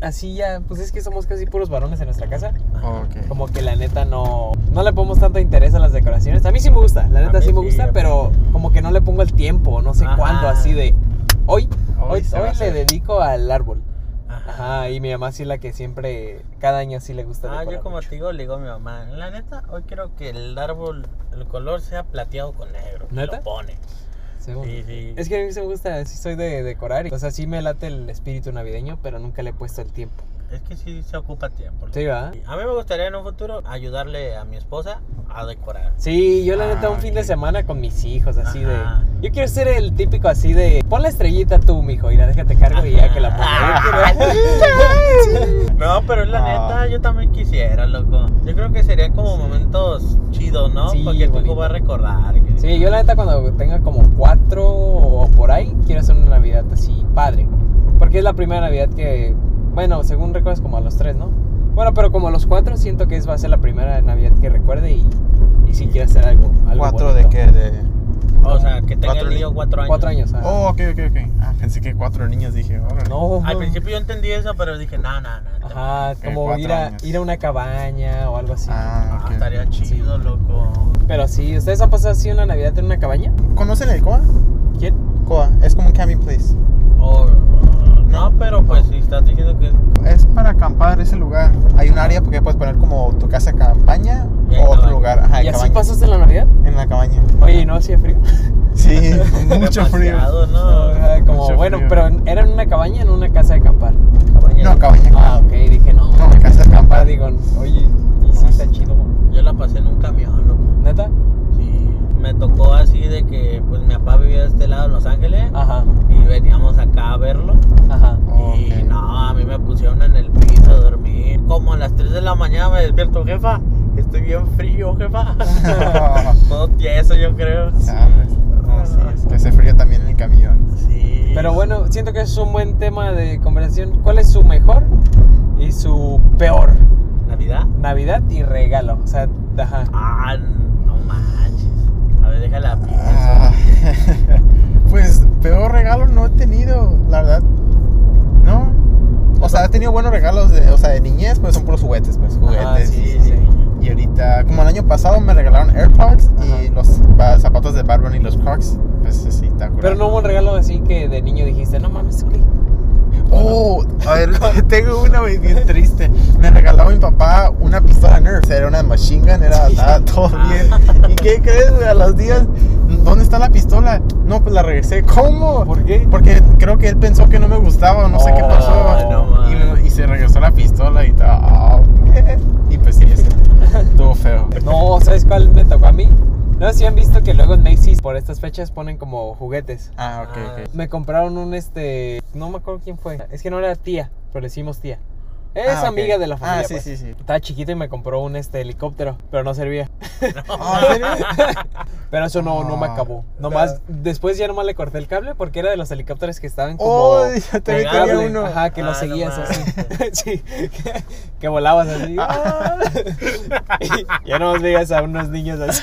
Speaker 2: así ya, pues es que somos casi puros varones en nuestra casa.
Speaker 1: Ok.
Speaker 2: Como que la neta no, no le ponemos tanto interés a las decoraciones. A mí sí me gusta, la neta
Speaker 3: mí
Speaker 2: sí me
Speaker 3: sí,
Speaker 2: gusta,
Speaker 3: a mí
Speaker 2: pero como que no le pongo el tiempo, no sé
Speaker 3: Ajá.
Speaker 2: cuándo, así de hoy, hoy,
Speaker 1: se va
Speaker 2: hoy
Speaker 1: a
Speaker 2: le
Speaker 1: hacer.
Speaker 2: dedico al árbol.
Speaker 3: Ajá.
Speaker 2: Ajá, y mi mamá sí la que siempre, cada año sí le gusta.
Speaker 3: Ah, yo
Speaker 2: decorar
Speaker 3: como
Speaker 2: mucho.
Speaker 3: te digo, le digo a mi mamá, la neta, hoy quiero que el árbol, el color sea plateado con negro. que
Speaker 2: ¿Neta?
Speaker 3: Lo pone.
Speaker 2: Según.
Speaker 3: Sí, sí.
Speaker 2: Es que a mí sí me gusta, sí soy de decorar. y- O sea, sí me late el espíritu navideño, pero nunca le he puesto el tiempo.
Speaker 3: Es que sí se ocupa tiempo.
Speaker 2: Sí, ¿verdad?
Speaker 3: A mí me gustaría en un futuro ayudarle a mi esposa a decorar.
Speaker 2: Sí, yo la neta
Speaker 1: Ah,
Speaker 2: un fin de
Speaker 1: ok.
Speaker 2: semana con mis hijos, así
Speaker 3: Ajá.
Speaker 2: de... Yo quiero ser el típico así de... Pon la estrellita tú, mijo, y la déjate cargo y ya que la
Speaker 3: Ah.
Speaker 2: ponga.
Speaker 3: No, pero es la
Speaker 1: Ah.
Speaker 3: neta, yo también quisiera, loco. Yo creo que sería como momentos chidos, ¿no?
Speaker 2: Sí,
Speaker 3: Porque tu
Speaker 2: bonito.
Speaker 3: hijo va a recordar. que-
Speaker 2: Sí, yo la neta cuando tenga como cuatro o por ahí, quiero hacer una Navidad así padre. Porque es la primera Navidad que... Bueno, según recuerdas como a los tres, ¿no? Bueno, pero como a los cuatro siento que es, va a ser la primera Navidad que recuerde y, y sí quiero hacer algo. algo
Speaker 1: ¿Cuatro de
Speaker 2: bonito.
Speaker 1: qué? De...
Speaker 3: O sea, que tenga
Speaker 1: Cuatro
Speaker 3: el niño
Speaker 1: ni-
Speaker 3: cuatro años.
Speaker 2: Cuatro años. ah.
Speaker 1: Oh, ok, ok, ok. Ah, pensé que cuatro niños, dije. órale.
Speaker 2: No.
Speaker 3: Oh. Al principio yo entendí eso, pero dije, no, no, no.
Speaker 2: Ajá,
Speaker 1: Ok,
Speaker 2: como
Speaker 1: Eh, cuatro
Speaker 2: ir a,
Speaker 1: años.
Speaker 2: ir a una cabaña o algo así.
Speaker 1: Ah,
Speaker 3: Ah,
Speaker 1: ok.
Speaker 3: estaría chido, loco.
Speaker 2: Pero sí, ¿ustedes han pasado así una Navidad en una cabaña?
Speaker 1: ¿Conocen el Coa?
Speaker 2: ¿Quién?
Speaker 1: Coa, es como un camping place.
Speaker 3: O- no, pero pues si estás diciendo que es
Speaker 1: Es para acampar ese lugar. Hay un área porque puedes poner como tu casa campaña
Speaker 3: Y hay
Speaker 1: o otro
Speaker 3: cabaña.
Speaker 1: lugar. Ajá, hay
Speaker 2: ¿Y así
Speaker 1: Ah, cabaña.
Speaker 2: pasaste la Navidad?
Speaker 1: En la cabaña.
Speaker 2: Oye, ¿y ¿no hacía frío?
Speaker 1: Sí, mucho frío.
Speaker 3: demasiado, ¿no? ah,
Speaker 2: Ajá, como,
Speaker 1: mucho
Speaker 2: bueno,
Speaker 1: frío.
Speaker 2: pero en- ¿era en una cabaña o en una casa de acampar?
Speaker 3: Cabaña.
Speaker 1: No, cabaña.
Speaker 2: Ah, ok, dije, no,
Speaker 1: No, en casa de
Speaker 2: acampar,
Speaker 1: acampar.
Speaker 2: digo, oye, y sí está chido,
Speaker 3: Yo la pasé en un camión, loco.
Speaker 2: ¿neta?
Speaker 3: Sí. Me tocó así de que pues mi papá vivía de este lado en Los Ángeles
Speaker 2: Ajá,
Speaker 3: y veníamos acá a verlo.
Speaker 2: ajá.
Speaker 1: Ok.
Speaker 3: Y no, a mí me pusieron en el piso a dormir. Como a las 3 de la mañana me despierto, jefa. Estoy bien frío, jefa. Todo tieso, yo creo.
Speaker 1: Sabes, pues, no, sí, es que hace frío también en el camión.
Speaker 3: Sí.
Speaker 2: Pero bueno, siento que es un buen tema de conversación. ¿Cuál es su mejor y su peor
Speaker 3: ¿Navidad?
Speaker 2: Navidad y regalo? O sea, ajá.
Speaker 3: Ah, no manches. A ver, déjala. pienso.
Speaker 1: Pues, verdad. No. O sea, he tenido buenos regalos de, o sea, de niñez, pero son puros juguetes, pues, juguetes.
Speaker 2: Ajá, Ah, sí,
Speaker 1: y-
Speaker 2: sí, sí.
Speaker 1: Y ahorita, como el año pasado, me regalaron AirPods y
Speaker 2: Ajá.
Speaker 1: los pa- zapatos de Bad Bunny y los Crocs. Pues sí, sí, está cool.
Speaker 2: Pero no hubo un regalo así que de niño dijiste, no mames, güey.
Speaker 1: Oh, a ver, tengo una güey, bien triste. Me regaló mi papá una pistola Nerf. Era una machine gun, era estaba todo bien. ¿Y qué crees, güey? A los días, ¿dónde está la pistola? No, pues la regresé. ¿Cómo?
Speaker 2: ¿Por qué?
Speaker 1: Porque creo que él pensó que no me gustaba, no sé qué
Speaker 2: Oh,
Speaker 1: pasó.
Speaker 3: no
Speaker 1: y,
Speaker 3: mames.
Speaker 1: me- y se regresó la pistola y tal. Ah, y pues sí, ese estuvo feo.
Speaker 2: No, ¿sabes cuál me tocó a mí? No sé si han visto que luego en Macy's por estas fechas ponen como juguetes.
Speaker 1: Ah, ok, ok.
Speaker 2: Me compraron un este. No me acuerdo quién fue. Es que no era tía, pero le decimos tía. Es
Speaker 1: Ah, ok.
Speaker 2: amiga de la familia.
Speaker 1: Ah, sí,
Speaker 2: pues.
Speaker 1: sí, sí.
Speaker 2: Estaba chiquita y me compró un este helicóptero, pero no servía.
Speaker 1: Ah, ¿en serio?
Speaker 2: Pero eso no, no me
Speaker 1: Ah.
Speaker 2: acabó. Nomás, después ya nomás le corté el cable porque era de los helicópteros que estaban como.
Speaker 1: Oh, ya te vi,
Speaker 2: con
Speaker 3: pegable.
Speaker 1: tenía
Speaker 2: cable.
Speaker 1: uno.
Speaker 2: Ajá, que
Speaker 3: Ah,
Speaker 2: lo
Speaker 3: no
Speaker 2: seguías así.
Speaker 3: manches.
Speaker 2: sí, que, que volabas así.
Speaker 1: Ah.
Speaker 2: Y ya nomás veías a unos niños así.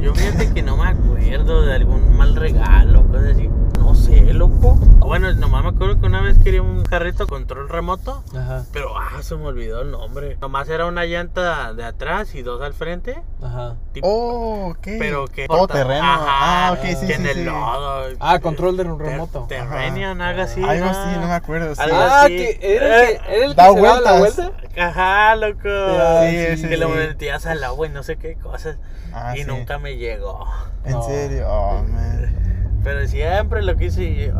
Speaker 3: Yo fíjate que no me acuerdo de algún mal regalo, cosas así. No sé, loco. Bueno, nomás me acuerdo que una vez quería un carrito control remoto.
Speaker 2: Ajá,
Speaker 3: Pero, ah, se me olvidó el nombre. Nomás era una llanta de atrás y dos al frente.
Speaker 2: ajá.
Speaker 3: tipo-
Speaker 1: Oh, ok.
Speaker 3: Pero que...
Speaker 1: Todo terreno.
Speaker 3: Ajá,
Speaker 1: ah, ok, sí,
Speaker 3: que
Speaker 1: sí,
Speaker 3: en el
Speaker 1: sí.
Speaker 3: lodo.
Speaker 2: Ah, control de un
Speaker 3: Ter-
Speaker 2: remoto.
Speaker 3: Terrenian,
Speaker 2: Ajá.
Speaker 3: algo así.
Speaker 1: Algo así, no me acuerdo. Sí.
Speaker 3: Algo
Speaker 2: Ah,
Speaker 3: así.
Speaker 2: que era el que, era el que
Speaker 1: Da
Speaker 2: se daba la
Speaker 1: vueltas.
Speaker 2: vuelta.
Speaker 3: Ajá, loco.
Speaker 2: Ya,
Speaker 1: Sí, sí,
Speaker 3: que
Speaker 1: sí.
Speaker 3: lo metías al agua y no sé qué cosas.
Speaker 1: Ah,
Speaker 3: y
Speaker 1: sí.
Speaker 3: nunca me llegó.
Speaker 1: En
Speaker 2: No.
Speaker 1: serio, oh, man.
Speaker 3: Pero siempre lo quise. Y,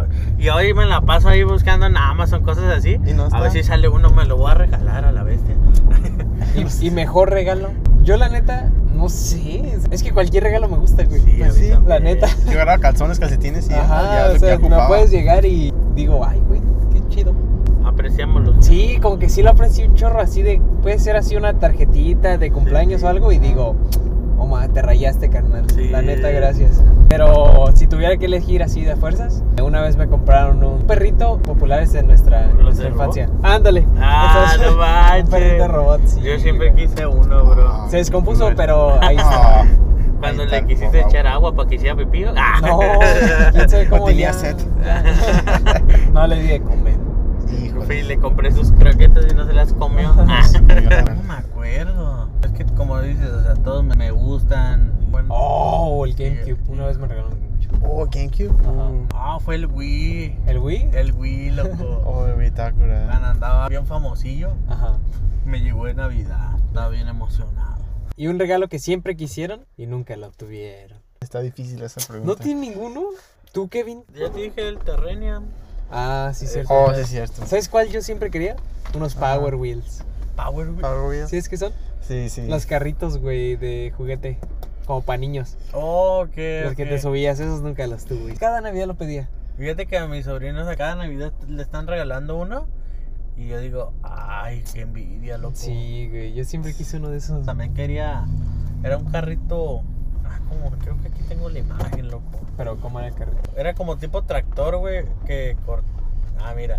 Speaker 3: y hoy me la paso ahí buscando en Amazon cosas así.
Speaker 1: Y no
Speaker 3: a
Speaker 1: está.
Speaker 3: ver si sale uno, me lo voy a regalar a la bestia.
Speaker 2: Y, y mejor regalo. Yo, la neta, no sé. es- Es que cualquier regalo me gusta, güey.
Speaker 3: Sí, a mí
Speaker 1: sí, la
Speaker 3: también.
Speaker 2: neta.
Speaker 1: Yo agarraba calzones, calcetines y ya- ya,
Speaker 2: Ajá, o
Speaker 1: ya
Speaker 2: sea, no
Speaker 1: ocupaba.
Speaker 2: puedes llegar y digo, ay, güey, qué chido.
Speaker 3: Apreciamos los.
Speaker 2: Sí, como que sí lo aprecié un chorro así de, puede ser así una tarjetita de cumpleaños o algo y digo, oh, ma, te rayaste, carnal.
Speaker 3: Sí.
Speaker 2: La neta, gracias. Pero si tuviera que elegir así de fuerzas, una vez me compraron un perrito populares en nuestra, en
Speaker 3: ¿Los
Speaker 2: nuestra
Speaker 3: de
Speaker 2: infancia. Ándale.
Speaker 3: Ah,
Speaker 2: Entonces,
Speaker 3: no manches.
Speaker 2: Un perrito robot, sí.
Speaker 3: Yo siempre quise uno, bro.
Speaker 2: Se descompuso, pero ahí está.
Speaker 1: Ah,
Speaker 3: Cuando
Speaker 1: ahí
Speaker 3: le
Speaker 1: está,
Speaker 3: quisiste
Speaker 1: wow.
Speaker 3: echar agua para que hiciera pipí. Ah.
Speaker 2: No, quién sabe
Speaker 1: O
Speaker 2: cómo
Speaker 1: tenía
Speaker 2: ya-
Speaker 1: sed.
Speaker 2: No le di de comer.
Speaker 3: Y
Speaker 1: Híjole.
Speaker 3: le compré sus croquetas y no se las comió. Ah.
Speaker 1: Pues, Sí, yo
Speaker 3: No
Speaker 1: también.
Speaker 3: me acuerdo. Es que como dices, o sea, todos me, me gustan. Bueno,
Speaker 2: Oh, el GameCube. Una vez me regalaron un GameCube.
Speaker 1: Oh, GameCube.
Speaker 2: Ajá.
Speaker 1: Uh,
Speaker 3: Ah, fue el Wii.
Speaker 2: ¿El Wii?
Speaker 3: El Wii, loco.
Speaker 1: Oh, güey, estaba curada.
Speaker 3: Cuando Andaba bien famosillo.
Speaker 2: Ajá.
Speaker 3: Me llegó de Navidad. Estaba bien emocionado.
Speaker 2: Y un regalo que siempre quisieron y nunca lo obtuvieron.
Speaker 1: Está difícil esa pregunta.
Speaker 2: ¿No tiene ninguno? ¿Tú, Kevin?
Speaker 3: Ya te dije el Terrenium.
Speaker 2: Ah, sí, cierto.
Speaker 1: Oh, sí, es cierto.
Speaker 2: ¿Sabes cuál yo siempre quería? Unos Power Wheels.
Speaker 3: Power Wii.
Speaker 1: Power Wheels.
Speaker 2: ¿Sí es que son?
Speaker 1: Sí, sí.
Speaker 2: Los carritos, güey, de juguete. Como para niños.
Speaker 3: Oh, ok.
Speaker 2: Los que
Speaker 3: ok.
Speaker 2: te subías, esos nunca los tuve. Cada Navidad lo pedía.
Speaker 3: Fíjate que a mis sobrinos a cada Navidad le están regalando uno. Y yo digo, ay, qué envidia, loco.
Speaker 2: Sí, güey, yo siempre quise uno de esos.
Speaker 3: También quería. Era un carrito. Ah, como creo que aquí tengo la imagen, loco.
Speaker 2: Pero ¿cómo era el carrito?
Speaker 3: Era como tipo tractor, güey, que cort... Ah, mira.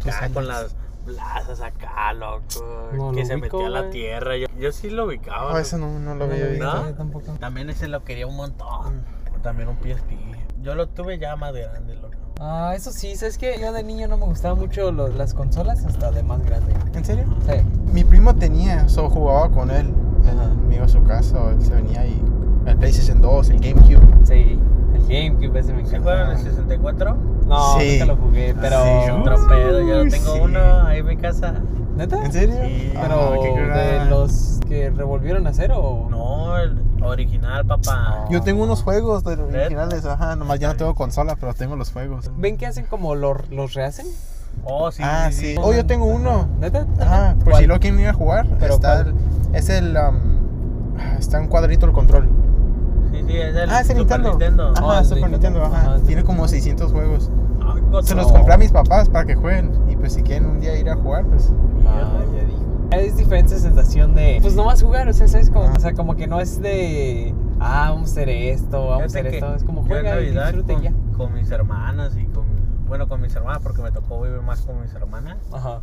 Speaker 1: Tus
Speaker 3: Acá
Speaker 1: alas.
Speaker 3: con las plazas acá, loco.
Speaker 2: No,
Speaker 3: que
Speaker 2: lo
Speaker 3: se
Speaker 2: ubico,
Speaker 3: metía a la
Speaker 2: güey.
Speaker 3: tierra. Yo, yo sí lo ubicaba.
Speaker 1: Oh,
Speaker 3: loco.
Speaker 1: eso no, no lo había
Speaker 2: lo vi
Speaker 1: visto.
Speaker 3: ¿No?
Speaker 2: yo tampoco.
Speaker 3: También ese lo quería un montón.
Speaker 1: Mm.
Speaker 3: También un PSP. Yo lo tuve ya más grande, loco.
Speaker 2: Ah, eso sí, ¿sabes qué? Yo de niño no me gustaban mucho lo- las consolas hasta de más grande.
Speaker 1: ¿En serio?
Speaker 2: Sí.
Speaker 1: Mi primo tenía, so jugaba con él.
Speaker 2: Ajá.
Speaker 1: Él me iba a su casa, o él se venía y el PlayStation 2, el GameCube.
Speaker 2: Sí, el GameCube ese me
Speaker 3: ¿Se
Speaker 2: encantaba.
Speaker 3: juegan en el 64?
Speaker 2: No,
Speaker 1: Sí. Ah,
Speaker 2: nunca lo jugué, pero...
Speaker 1: Sí,
Speaker 3: Es otro
Speaker 1: Uy,
Speaker 3: pedo. Yo tengo
Speaker 1: sí.
Speaker 3: uno ahí en mi casa.
Speaker 2: ¿Neta?
Speaker 1: ¿En serio?
Speaker 3: Sí,
Speaker 1: Ah,
Speaker 2: Pero
Speaker 1: qué
Speaker 2: de
Speaker 1: curada.
Speaker 2: los que revolvieron a cero o
Speaker 3: No, el original, papá.
Speaker 1: Yo tengo unos juegos de los
Speaker 3: ¿Neta?
Speaker 1: originales, ajá, nomás ya no tengo consola, pero tengo los juegos.
Speaker 2: ¿Ven que hacen como los, los rehacen?
Speaker 3: Oh, sí.
Speaker 1: Ah, sí. Oh, yo tengo uno.
Speaker 2: ¿Neta?
Speaker 1: Ajá, por
Speaker 2: ¿Cuál?
Speaker 1: si lo quieren ir a jugar.
Speaker 2: ¿Pero
Speaker 1: está
Speaker 2: cuál?
Speaker 1: el- es el. um, ah, está en cuadrito el control.
Speaker 3: Sí, sí, es el
Speaker 1: ah, es el
Speaker 3: Super
Speaker 1: Nintendo.
Speaker 3: Nintendo.
Speaker 2: Ah.
Speaker 1: Ajá,
Speaker 2: el
Speaker 1: Super
Speaker 2: Nintendo.
Speaker 1: Nintendo, ajá.
Speaker 2: Ajá, sí.
Speaker 1: Tiene como 600 juegos.
Speaker 3: Ay,
Speaker 1: Se
Speaker 3: Ah, no.
Speaker 1: los compré a mis papás para que jueguen. Y pues si quieren un día ir a jugar, pues.
Speaker 2: Ah, ya dijo. Es diferente sensación de... Pues nomás jugar, o sea, ¿sabes? Como,
Speaker 1: Ah.
Speaker 2: o sea, como que no es de... Ah, vamos a hacer esto, vamos a
Speaker 3: Fíjate
Speaker 2: hacer
Speaker 3: que
Speaker 2: esto. Es como
Speaker 3: yo en
Speaker 2: juega y
Speaker 3: Navidad
Speaker 2: disfrute y
Speaker 3: con,
Speaker 2: ya.
Speaker 3: con mis hermanas y con. Bueno, con mis hermanas, porque me tocó vivir más con mis hermanas.
Speaker 2: Ajá,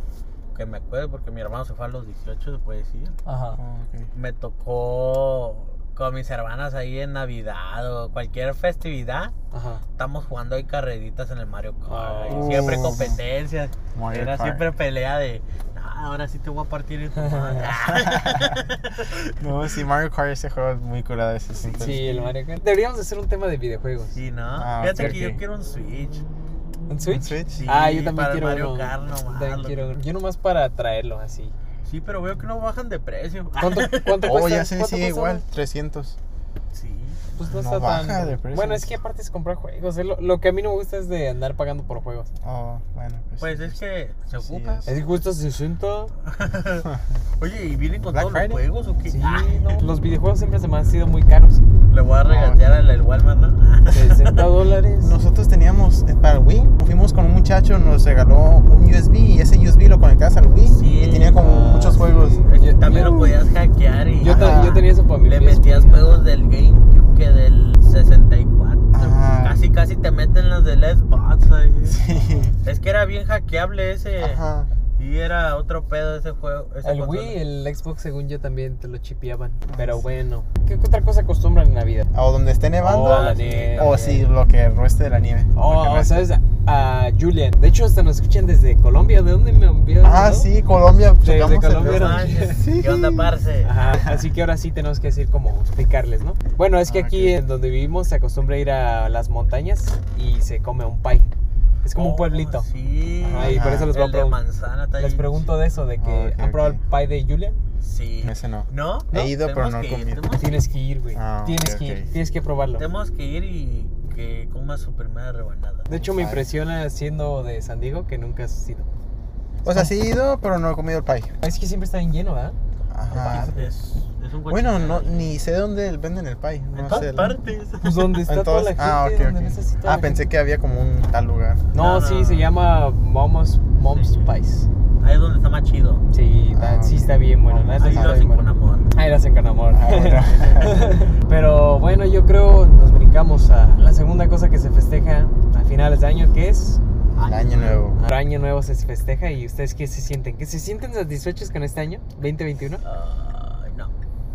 Speaker 3: Que me
Speaker 2: Ah.
Speaker 3: acuerdo, porque mi hermano se fue a los 18, se puede decir.
Speaker 2: ajá.
Speaker 1: Ah, ok.
Speaker 3: Me tocó. co- con mis hermanas ahí en Navidad o cualquier festividad,
Speaker 2: Ajá.
Speaker 3: estamos jugando ahí carreritas en el Mario Kart.
Speaker 2: Oh.
Speaker 3: y siempre competencias.
Speaker 1: Mario
Speaker 3: Era
Speaker 1: Kart.
Speaker 3: siempre pelea de, "Ah, ahora sí te voy a partir en tu madre".
Speaker 1: No, sí, Mario Kart ese juego es muy curado. Ese, es intenso.
Speaker 2: Sí, el Mario Kart. Deberíamos hacer un tema de videojuegos.
Speaker 3: Sí, ¿no?
Speaker 1: Ah,
Speaker 3: Fíjate
Speaker 2: ok,
Speaker 3: que
Speaker 2: ok.
Speaker 3: yo quiero un Switch.
Speaker 2: ¿Un
Speaker 1: ¿Un
Speaker 2: Switch?
Speaker 1: Switch?
Speaker 3: Sí,
Speaker 2: ah, yo también
Speaker 3: para el
Speaker 2: quiero
Speaker 3: Mario
Speaker 2: uno.
Speaker 3: Kart nomás,
Speaker 2: Yo también
Speaker 3: lo
Speaker 2: quiero
Speaker 3: que-
Speaker 2: uno. Yo nomás para traerlo así.
Speaker 3: Sí, pero veo que no bajan de precio.
Speaker 2: ¿Cuánto, cuánto
Speaker 1: Oh,
Speaker 2: cuesta?
Speaker 1: ya sé,
Speaker 2: ¿Cuánto
Speaker 1: sí,
Speaker 2: cuesta
Speaker 1: igual,
Speaker 2: uno?
Speaker 1: 300.
Speaker 3: Sí.
Speaker 2: Pues no,
Speaker 1: No
Speaker 2: está
Speaker 1: baja
Speaker 2: tan...
Speaker 1: de precio.
Speaker 2: Bueno, es que aparte es comprar juegos. es lo, lo que a mí no me gusta es de andar pagando por juegos.
Speaker 1: Oh, bueno, pues.
Speaker 3: Pues es que se
Speaker 1: Sí,
Speaker 3: ocupa.
Speaker 1: es-
Speaker 2: Es que cuesta 60.
Speaker 1: pues.
Speaker 3: Oye, ¿y vienen con
Speaker 1: Black
Speaker 3: todos
Speaker 1: Friday?
Speaker 3: los juegos o qué?
Speaker 2: Sí,
Speaker 3: Ah,
Speaker 2: no. Los videojuegos siempre se me han sido muy caros.
Speaker 3: Le voy a regatear al del Walmart, ¿no? Ah,
Speaker 2: 60 dólares.
Speaker 1: Nosotros teníamos eh, para el Wii, fuimos con un muchacho, nos regaló un USB y ese USB lo conectabas al Wii
Speaker 3: Sí,
Speaker 1: y tenía como
Speaker 2: ah,
Speaker 1: muchos
Speaker 2: sí.
Speaker 1: juegos.
Speaker 3: Es que
Speaker 2: Yo-
Speaker 3: También
Speaker 2: yo-
Speaker 3: lo podías hackear y
Speaker 2: Yo, ta-
Speaker 1: Ajá.
Speaker 2: yo tenía eso para mi
Speaker 3: le
Speaker 2: PSP.
Speaker 3: metías juegos del GameCube que del 64.
Speaker 1: Ajá.
Speaker 3: Casi, casi te meten los del Xbox. ahí.
Speaker 1: Sí.
Speaker 3: Es que era bien hackeable ese.
Speaker 1: Ajá.
Speaker 3: Y era otro pedo ese juego. esa
Speaker 2: El
Speaker 3: consola.
Speaker 2: Wii, el Xbox, según yo también te lo chipeaban.
Speaker 1: Ah,
Speaker 2: Pero
Speaker 1: sí.
Speaker 2: bueno, ¿qué otra cosa acostumbran en Navidad?
Speaker 1: O donde esté nevando.
Speaker 2: Oh, la
Speaker 1: O
Speaker 2: neta.
Speaker 1: sí, pues lo que reste de la nieve. Lo que
Speaker 2: Oh,
Speaker 1: reste.
Speaker 2: ¿sabes? A Julian. De hecho, hasta nos escuchan desde Colombia. ¿De dónde me enviaron?
Speaker 1: Ah, sí, Colombia.
Speaker 2: Desde
Speaker 1: llegamos a-
Speaker 2: Colombia.
Speaker 3: No
Speaker 2: Pero-
Speaker 3: manches,
Speaker 1: Sí.
Speaker 3: ¿Qué onda, parce?
Speaker 2: Ajá, así que ahora sí tenemos que decir como explicarles, ¿no? Bueno, es que
Speaker 1: Ah,
Speaker 2: aquí
Speaker 1: ok.
Speaker 2: en donde vivimos se acostumbra ir a las montañas y se come un pie. Es como
Speaker 3: Oh,
Speaker 2: un pueblito.
Speaker 3: Sí.
Speaker 2: Ajá, y por eso les voy a
Speaker 3: El de
Speaker 2: pregun-
Speaker 3: manzana está
Speaker 2: Les
Speaker 3: bien
Speaker 2: pregunto de eso, de que
Speaker 1: Ah, ok,
Speaker 2: han probado
Speaker 1: ok.
Speaker 2: el pie de Julian.
Speaker 3: chido. Sí.
Speaker 1: Ese no.
Speaker 3: ¿No?
Speaker 1: He
Speaker 3: ¿No?
Speaker 1: ido, pero
Speaker 3: Tenemos
Speaker 1: no he
Speaker 3: que ir,
Speaker 1: comido.
Speaker 3: tenemos que
Speaker 2: Tienes que ir, güey.
Speaker 1: Ah, ok,
Speaker 2: tienes que ir,
Speaker 1: ok.
Speaker 2: tienes que probarlo.
Speaker 3: Tenemos que ir y que coma su primera rebanada.
Speaker 2: De hecho, me
Speaker 1: Ay.
Speaker 2: impresiona siendo de San Diego que nunca has sido.
Speaker 1: O sea, sí he ido, pero no he comido el pie.
Speaker 2: Es que siempre está bien lleno, ¿verdad?
Speaker 1: Ajá.
Speaker 3: Es, es un
Speaker 1: Ah. Bueno, no,
Speaker 3: guachinango.
Speaker 1: ni sé dónde venden el pie.
Speaker 3: En
Speaker 1: No sé.
Speaker 3: todas partes.
Speaker 2: Pues donde está toda la
Speaker 1: Entonces,
Speaker 2: gente.
Speaker 1: ah, ok,
Speaker 2: donde ves así
Speaker 1: ok.
Speaker 2: toda
Speaker 1: Ah,
Speaker 2: la
Speaker 1: pensé
Speaker 2: gente.
Speaker 1: que había como un tal lugar.
Speaker 2: No,
Speaker 3: No, no,
Speaker 2: sí,
Speaker 3: no.
Speaker 2: se llama Mom's, Mom's
Speaker 3: Sí.
Speaker 2: Spice.
Speaker 3: Ahí es donde está más chido.
Speaker 2: Sí, está-
Speaker 1: Ah,
Speaker 2: sí
Speaker 1: ok.
Speaker 2: está bien bueno. la neta
Speaker 3: Ahí
Speaker 2: sí
Speaker 3: lo
Speaker 2: está
Speaker 3: hacen
Speaker 2: bien
Speaker 3: con
Speaker 2: bueno.
Speaker 3: amor.
Speaker 2: Ahí la hacen con amor.
Speaker 1: Ah, bueno.
Speaker 2: Pero bueno, yo creo nos brincamos a la segunda cosa que se festeja a finales de año, que es
Speaker 1: El año nuevo.
Speaker 2: el año nuevo se festeja y ustedes qué se sienten, ¿qué se sienten satisfechos con este año 2021?
Speaker 3: Ay, no.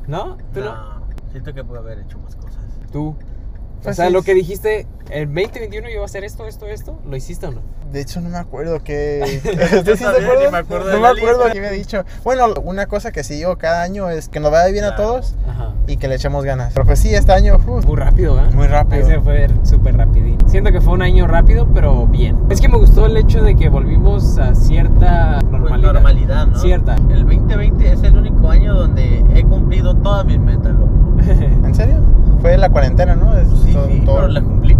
Speaker 2: ¿No? ¿Tú no?
Speaker 3: no. Siento que pude haber hecho más cosas.
Speaker 2: Tú. O
Speaker 1: Pues
Speaker 2: sea,
Speaker 1: sí.
Speaker 2: lo que dijiste, el 2021 yo iba a hacer esto, esto, esto, ¿lo hiciste o no?
Speaker 1: De hecho, no me acuerdo qué.
Speaker 3: Yo
Speaker 1: ¿Usted sí se
Speaker 3: también
Speaker 1: acuerda?
Speaker 3: ni me acuerdo de
Speaker 1: no me
Speaker 3: la
Speaker 1: acuerdo
Speaker 3: lista.
Speaker 1: qué había dicho. Bueno, una cosa que sí yo cada año es que nos vaya bien a
Speaker 3: Claro.
Speaker 1: todos
Speaker 2: Ajá.
Speaker 1: y que le echemos ganas. Pero pues sí, este año, uf,
Speaker 2: Muy rápido, ¿ah?
Speaker 1: muy rápido.
Speaker 2: Ese fue súper rapidín. Siento que fue un año rápido, pero bien. Es que me gustó el hecho de que volvimos a cierta
Speaker 3: Pues,
Speaker 2: normalidad.
Speaker 3: normalidad, ¿no?
Speaker 2: Cierta.
Speaker 3: El 2020 es el único año donde he cumplido todas mis metas, loco.
Speaker 1: ¿En serio? Fue la cuarentena, ¿no? Es
Speaker 3: Sí,
Speaker 1: todo-
Speaker 3: sí,
Speaker 1: todo-
Speaker 3: pero las cumplí.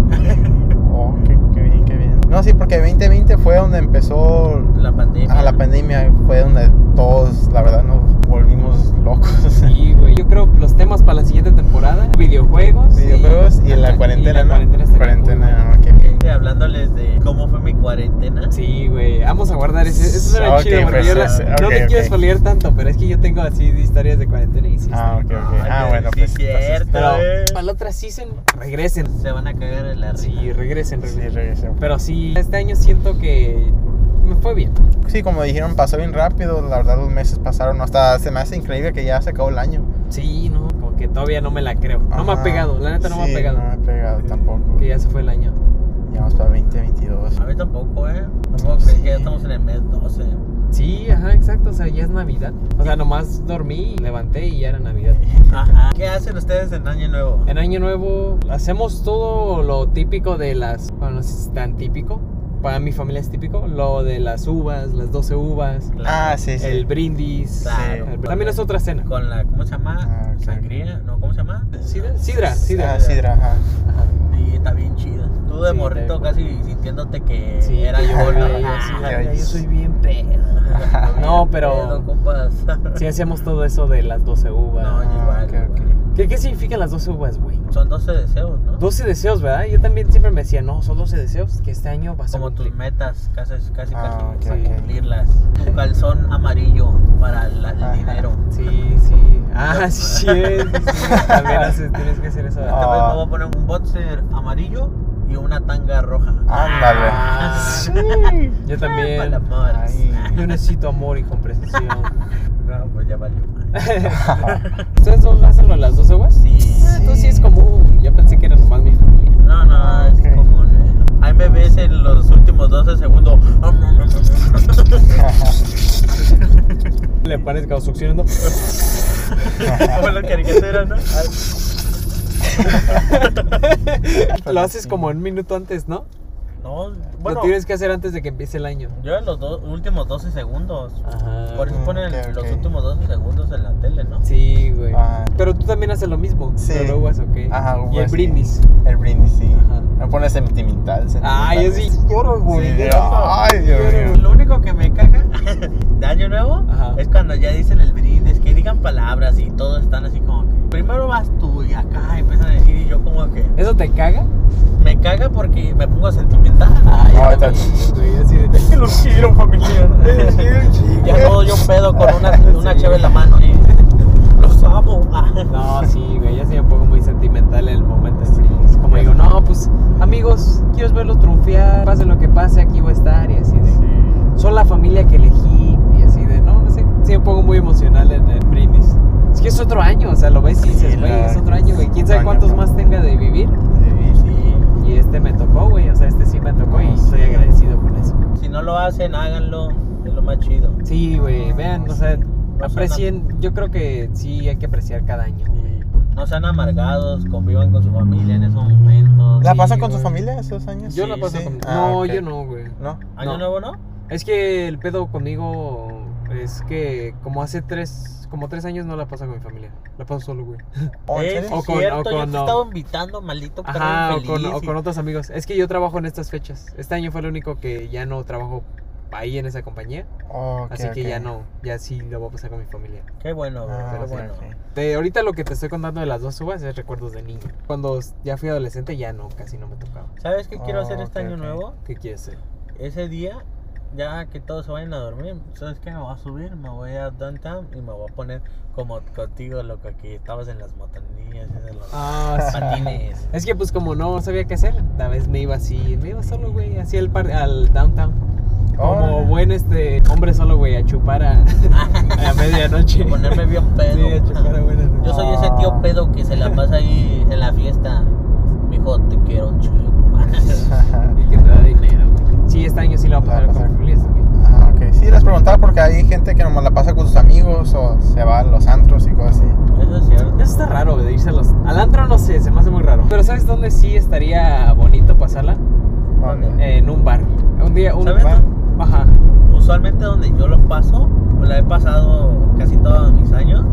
Speaker 1: Oh, qué, qué bien, qué bien. No, sí, porque 2020 fue donde empezó
Speaker 3: La pandemia.
Speaker 1: a Ah, la pandemia. Fue donde todos, la verdad, nos volvimos locos.
Speaker 2: Sí, güey. Yo creo los temas para la siguiente temporada: videojuegos.
Speaker 1: Videojuegos y
Speaker 2: Ajá,
Speaker 1: la cuarentena,
Speaker 2: y la
Speaker 1: ¿no?
Speaker 2: cuarentena estaría muy
Speaker 1: Cuarentena, ah, ok.
Speaker 3: Eh, Hablándoles de cómo fue mi cuarentena.
Speaker 2: buena. Sí, güey. Vamos a guardar ese. Eso es
Speaker 1: Ah, ok,
Speaker 2: chido. porque
Speaker 1: pues,
Speaker 2: yo la-
Speaker 1: sí,
Speaker 2: no
Speaker 1: ok,
Speaker 2: te
Speaker 1: ok.
Speaker 2: quiero spoilear tanto, pero es que yo tengo así de historias de cuarentena y sí.
Speaker 1: Ah, ok, ok.
Speaker 3: Ay,
Speaker 1: Ah,
Speaker 3: pero
Speaker 1: bueno,
Speaker 3: sí
Speaker 1: pues. entonces-
Speaker 3: cierto,
Speaker 2: Pero
Speaker 3: eh.
Speaker 2: para la otra season, regresen.
Speaker 3: Se van a cagar en la
Speaker 2: Sí,
Speaker 3: risa.
Speaker 2: regresen,
Speaker 1: pues, Sí,
Speaker 2: regresen.
Speaker 1: regresé.
Speaker 2: Pero sí, este año siento que me fue bien.
Speaker 1: Sí, como dijeron, pasó bien rápido. La verdad, los meses pasaron. Hasta se me hace increíble que ya se acabó el año.
Speaker 2: Sí, no, como que todavía no me la creo. No me ha
Speaker 1: Ajá.
Speaker 2: pegado, la neta no me
Speaker 1: Sí,
Speaker 2: ha pegado.
Speaker 1: No me ha pegado tampoco.
Speaker 2: Que ya se fue el año.
Speaker 1: Ya vamos para 2022.
Speaker 3: A mí tampoco, ¿eh? Tampoco crees
Speaker 1: Sí.
Speaker 3: que ya estamos en el mes 12.
Speaker 2: Sí, ajá, exacto, o sea, ya es Navidad. O sea, nomás dormí, levanté y ya era Navidad.
Speaker 3: Ajá. ¿Qué hacen ustedes en Año Nuevo?
Speaker 2: En Año Nuevo hacemos todo lo típico de las... Bueno, no sé si es tan típico. Para mi familia es típico. Lo de las uvas, las 12 uvas,
Speaker 1: Ah, sí, sí.
Speaker 2: el brindis.
Speaker 3: Claro.
Speaker 2: el- también es otra cena.
Speaker 3: Con la, ¿cómo se llama?
Speaker 1: Ah, ok.
Speaker 3: Sangría. No, ¿cómo se llama?
Speaker 2: ¿Sidra? Sidra, sidra.
Speaker 1: Ah, sidra, ajá.
Speaker 2: Ajá.
Speaker 3: Sí, está bien chida. Tú
Speaker 2: Sí,
Speaker 3: de
Speaker 2: está
Speaker 3: morrito
Speaker 2: bien.
Speaker 3: casi sintiéndote que
Speaker 2: Sí,
Speaker 3: era
Speaker 2: que yo
Speaker 3: yo, ¿no?
Speaker 2: volví, así,
Speaker 3: Ah,
Speaker 1: ya, yo soy
Speaker 3: bien pedo.
Speaker 2: No, pero-
Speaker 3: Pedo, compas.
Speaker 2: Sí, hacíamos todo eso de las 12 uvas.
Speaker 3: No, yo
Speaker 1: Ah,
Speaker 3: igual.
Speaker 1: ok, ok.
Speaker 3: igual.
Speaker 2: ¿Qué, ¿Qué significan las 12 uvas, güey?
Speaker 3: Son 12 deseos, ¿no?
Speaker 2: 12 deseos, ¿verdad? Yo también siempre me decía, no, son 12 deseos, que este año vas a
Speaker 3: Como tus
Speaker 2: cumplir.
Speaker 3: metas, casi, casi,
Speaker 1: Ah,
Speaker 3: casi
Speaker 1: ok,
Speaker 2: sí.
Speaker 1: ok.
Speaker 3: cumplirlas. Tu calzón amarillo para el, el
Speaker 1: Ajá.
Speaker 3: dinero.
Speaker 2: Sí, sí. Ah, sí, sí, sí, sí. También haces- tienes que hacer eso. ¿verdad?
Speaker 3: Esta vez
Speaker 1: Ah.
Speaker 3: Este me voy a poner un boxer amarillo y una tanga roja.
Speaker 1: Ándale.
Speaker 2: Ah.
Speaker 1: Sí.
Speaker 2: Yo
Speaker 3: Ah,
Speaker 2: también.
Speaker 3: palamoras.
Speaker 1: Ay.
Speaker 2: Yo necesito amor y comprensión.
Speaker 3: No, pues ya valió.
Speaker 2: ¿Ustedes dos hacen lo de las Ah, 12 uvas?
Speaker 3: Sí.
Speaker 1: Ah,
Speaker 2: le pones como succionando.
Speaker 3: Como la caricatura, ¿no?
Speaker 2: Lo haces como un minuto antes, ¿no?
Speaker 3: No, bueno,
Speaker 2: Lo tienes que hacer antes de que empiece el año.
Speaker 3: yo en los dos- últimos 12 segundos.
Speaker 2: Ajá.
Speaker 3: Por eso
Speaker 1: Mm,
Speaker 3: ponen
Speaker 1: ok,
Speaker 3: los
Speaker 1: ok.
Speaker 3: últimos 12 segundos en la tele, ¿no?
Speaker 2: Sí, güey.
Speaker 1: Ah.
Speaker 2: Pero tú también haces lo mismo.
Speaker 1: Sí.
Speaker 2: Pero lo haces, ok.
Speaker 1: Ajá,
Speaker 2: Y
Speaker 1: güey,
Speaker 2: el
Speaker 1: sí.
Speaker 2: brindis.
Speaker 1: El brindis, sí.
Speaker 2: Ajá.
Speaker 1: Me pone sentimental. sentimental.
Speaker 2: Ay, yo sí lloro, güey.
Speaker 1: Sí,
Speaker 2: Lloro.
Speaker 1: ay, Dios
Speaker 2: Lloro.
Speaker 1: mío.
Speaker 3: Lo único que me caga de año nuevo
Speaker 2: Ajá.
Speaker 3: es cuando ya dicen el brindis, que digan palabras y todos están así como que. Primero vas tú y acá empiezan a decir y yo como que.
Speaker 2: ¿Eso te caga?
Speaker 3: Me caga porque me pongo sentimental.
Speaker 2: Ay,
Speaker 1: No, está-
Speaker 2: güey, así de... Los quiero, familia.
Speaker 3: Ya todo yo pedo con una, una chave en la mano y los amo. Ah.
Speaker 2: No, sí, güey, ya se me pongo muy sentimental en el momento. sí. Es Como digo, no, pues, amigos, quiero verlos triunfar, pase lo que pase, aquí voy a estar y así de... Son la familia que elegí y así de, no, no sé, sí me pongo muy emocional en el brindis. Es que es otro año, o sea, lo ves y dices,
Speaker 1: Sí,
Speaker 2: güey,
Speaker 1: la-
Speaker 2: es otro año, güey. ¿Quién sabe
Speaker 1: año,
Speaker 2: cuántos
Speaker 1: ¿no?
Speaker 2: más tenga de vivir? Y este me tocó, güey, o sea, este sí me tocó y
Speaker 1: No,
Speaker 2: estoy
Speaker 1: sí.
Speaker 2: agradecido con eso.
Speaker 3: Si no lo hacen, háganlo. Es lo más chido.
Speaker 2: Sí, güey, vean, o sea,
Speaker 3: suena-
Speaker 2: aprecien, yo creo que sí hay que apreciar cada año.
Speaker 3: Y no sean amargados, convivan con su familia en esos momentos.
Speaker 1: ¿La
Speaker 2: Sí,
Speaker 1: pasan con
Speaker 2: güey.
Speaker 1: su familia esos años?
Speaker 2: Yo
Speaker 3: Sí,
Speaker 2: la paso
Speaker 1: sí.
Speaker 2: con...
Speaker 1: Ah,
Speaker 2: no,
Speaker 1: ok.
Speaker 2: yo no, güey.
Speaker 1: ¿No?
Speaker 3: ¿Año
Speaker 2: No.
Speaker 3: nuevo no?
Speaker 2: Es que el pedo conmigo es que como hace tres, como tres años no la paso con mi familia. La paso solo, güey.
Speaker 1: ¿O en
Speaker 3: Es
Speaker 1: serio?
Speaker 2: o con-
Speaker 3: cierto,
Speaker 2: o
Speaker 3: yo
Speaker 2: con-
Speaker 3: te
Speaker 2: no.
Speaker 3: estaba invitando, maldito perro
Speaker 2: Ajá, o
Speaker 3: infeliz,
Speaker 2: con, o
Speaker 3: y-
Speaker 2: con otros amigos. Es que yo trabajo en estas fechas. Este año fue el único que ya no trabajo ahí en esa compañía.
Speaker 1: Oh, ok,
Speaker 2: así que
Speaker 1: ok.
Speaker 2: ya no, ya sí lo voy a pasar con mi familia.
Speaker 3: Qué bueno, güey,
Speaker 1: Ah,
Speaker 3: qué
Speaker 1: ok,
Speaker 3: bueno.
Speaker 1: ok.
Speaker 2: De, ahorita lo que te estoy contando de las dos uvas es recuerdos de niño. Cuando ya fui adolescente ya no, casi no me tocaba.
Speaker 3: ¿Sabes qué quiero
Speaker 1: Oh,
Speaker 3: hacer este
Speaker 1: ok,
Speaker 3: año
Speaker 1: ok.
Speaker 3: nuevo?
Speaker 2: ¿Qué quieres ser?
Speaker 3: Ese día, ya que todos se vayan a dormir, ¿sabes qué? Me voy a subir, me voy a downtown y me voy a poner como contigo, loco, que estabas en las motonillas, en los
Speaker 2: Ah, sí.
Speaker 3: patines.
Speaker 2: Es que pues como no sabía qué hacer, la vez me iba así, me iba solo, güey, así al, par- al downtown. Como
Speaker 1: Órale.
Speaker 2: buen este hombre solo, güey, a chupar a, a medianoche.
Speaker 3: Ponerme bien pedo.
Speaker 2: Sí, a chupar a medianoche.
Speaker 3: Yo soy ese tío pedo que se la pasa ahí en la fiesta. Mijo, te quiero un chingo.
Speaker 1: Ah,
Speaker 2: Y que te da dinero, güey. Sí, este año sí lo va a
Speaker 1: La va a
Speaker 2: pasar con
Speaker 1: pasar.
Speaker 2: mi familia, güey.
Speaker 1: Ah, ok. Sí, les preguntaba porque hay gente que nomás la pasa con sus amigos o se va a los antros y cosas así.
Speaker 3: Eso es cierto.
Speaker 2: Eso está raro, güey, de irse a los... Al antro no sé, se me hace muy raro. Pero ¿sabes dónde sí estaría bonito pasarla?
Speaker 1: ¿Dónde?
Speaker 2: En un bar. Un día, un
Speaker 3: ¿Sabes?
Speaker 1: bar.
Speaker 2: Ajá.
Speaker 3: Usualmente donde yo lo paso, o la he pasado casi todos mis años,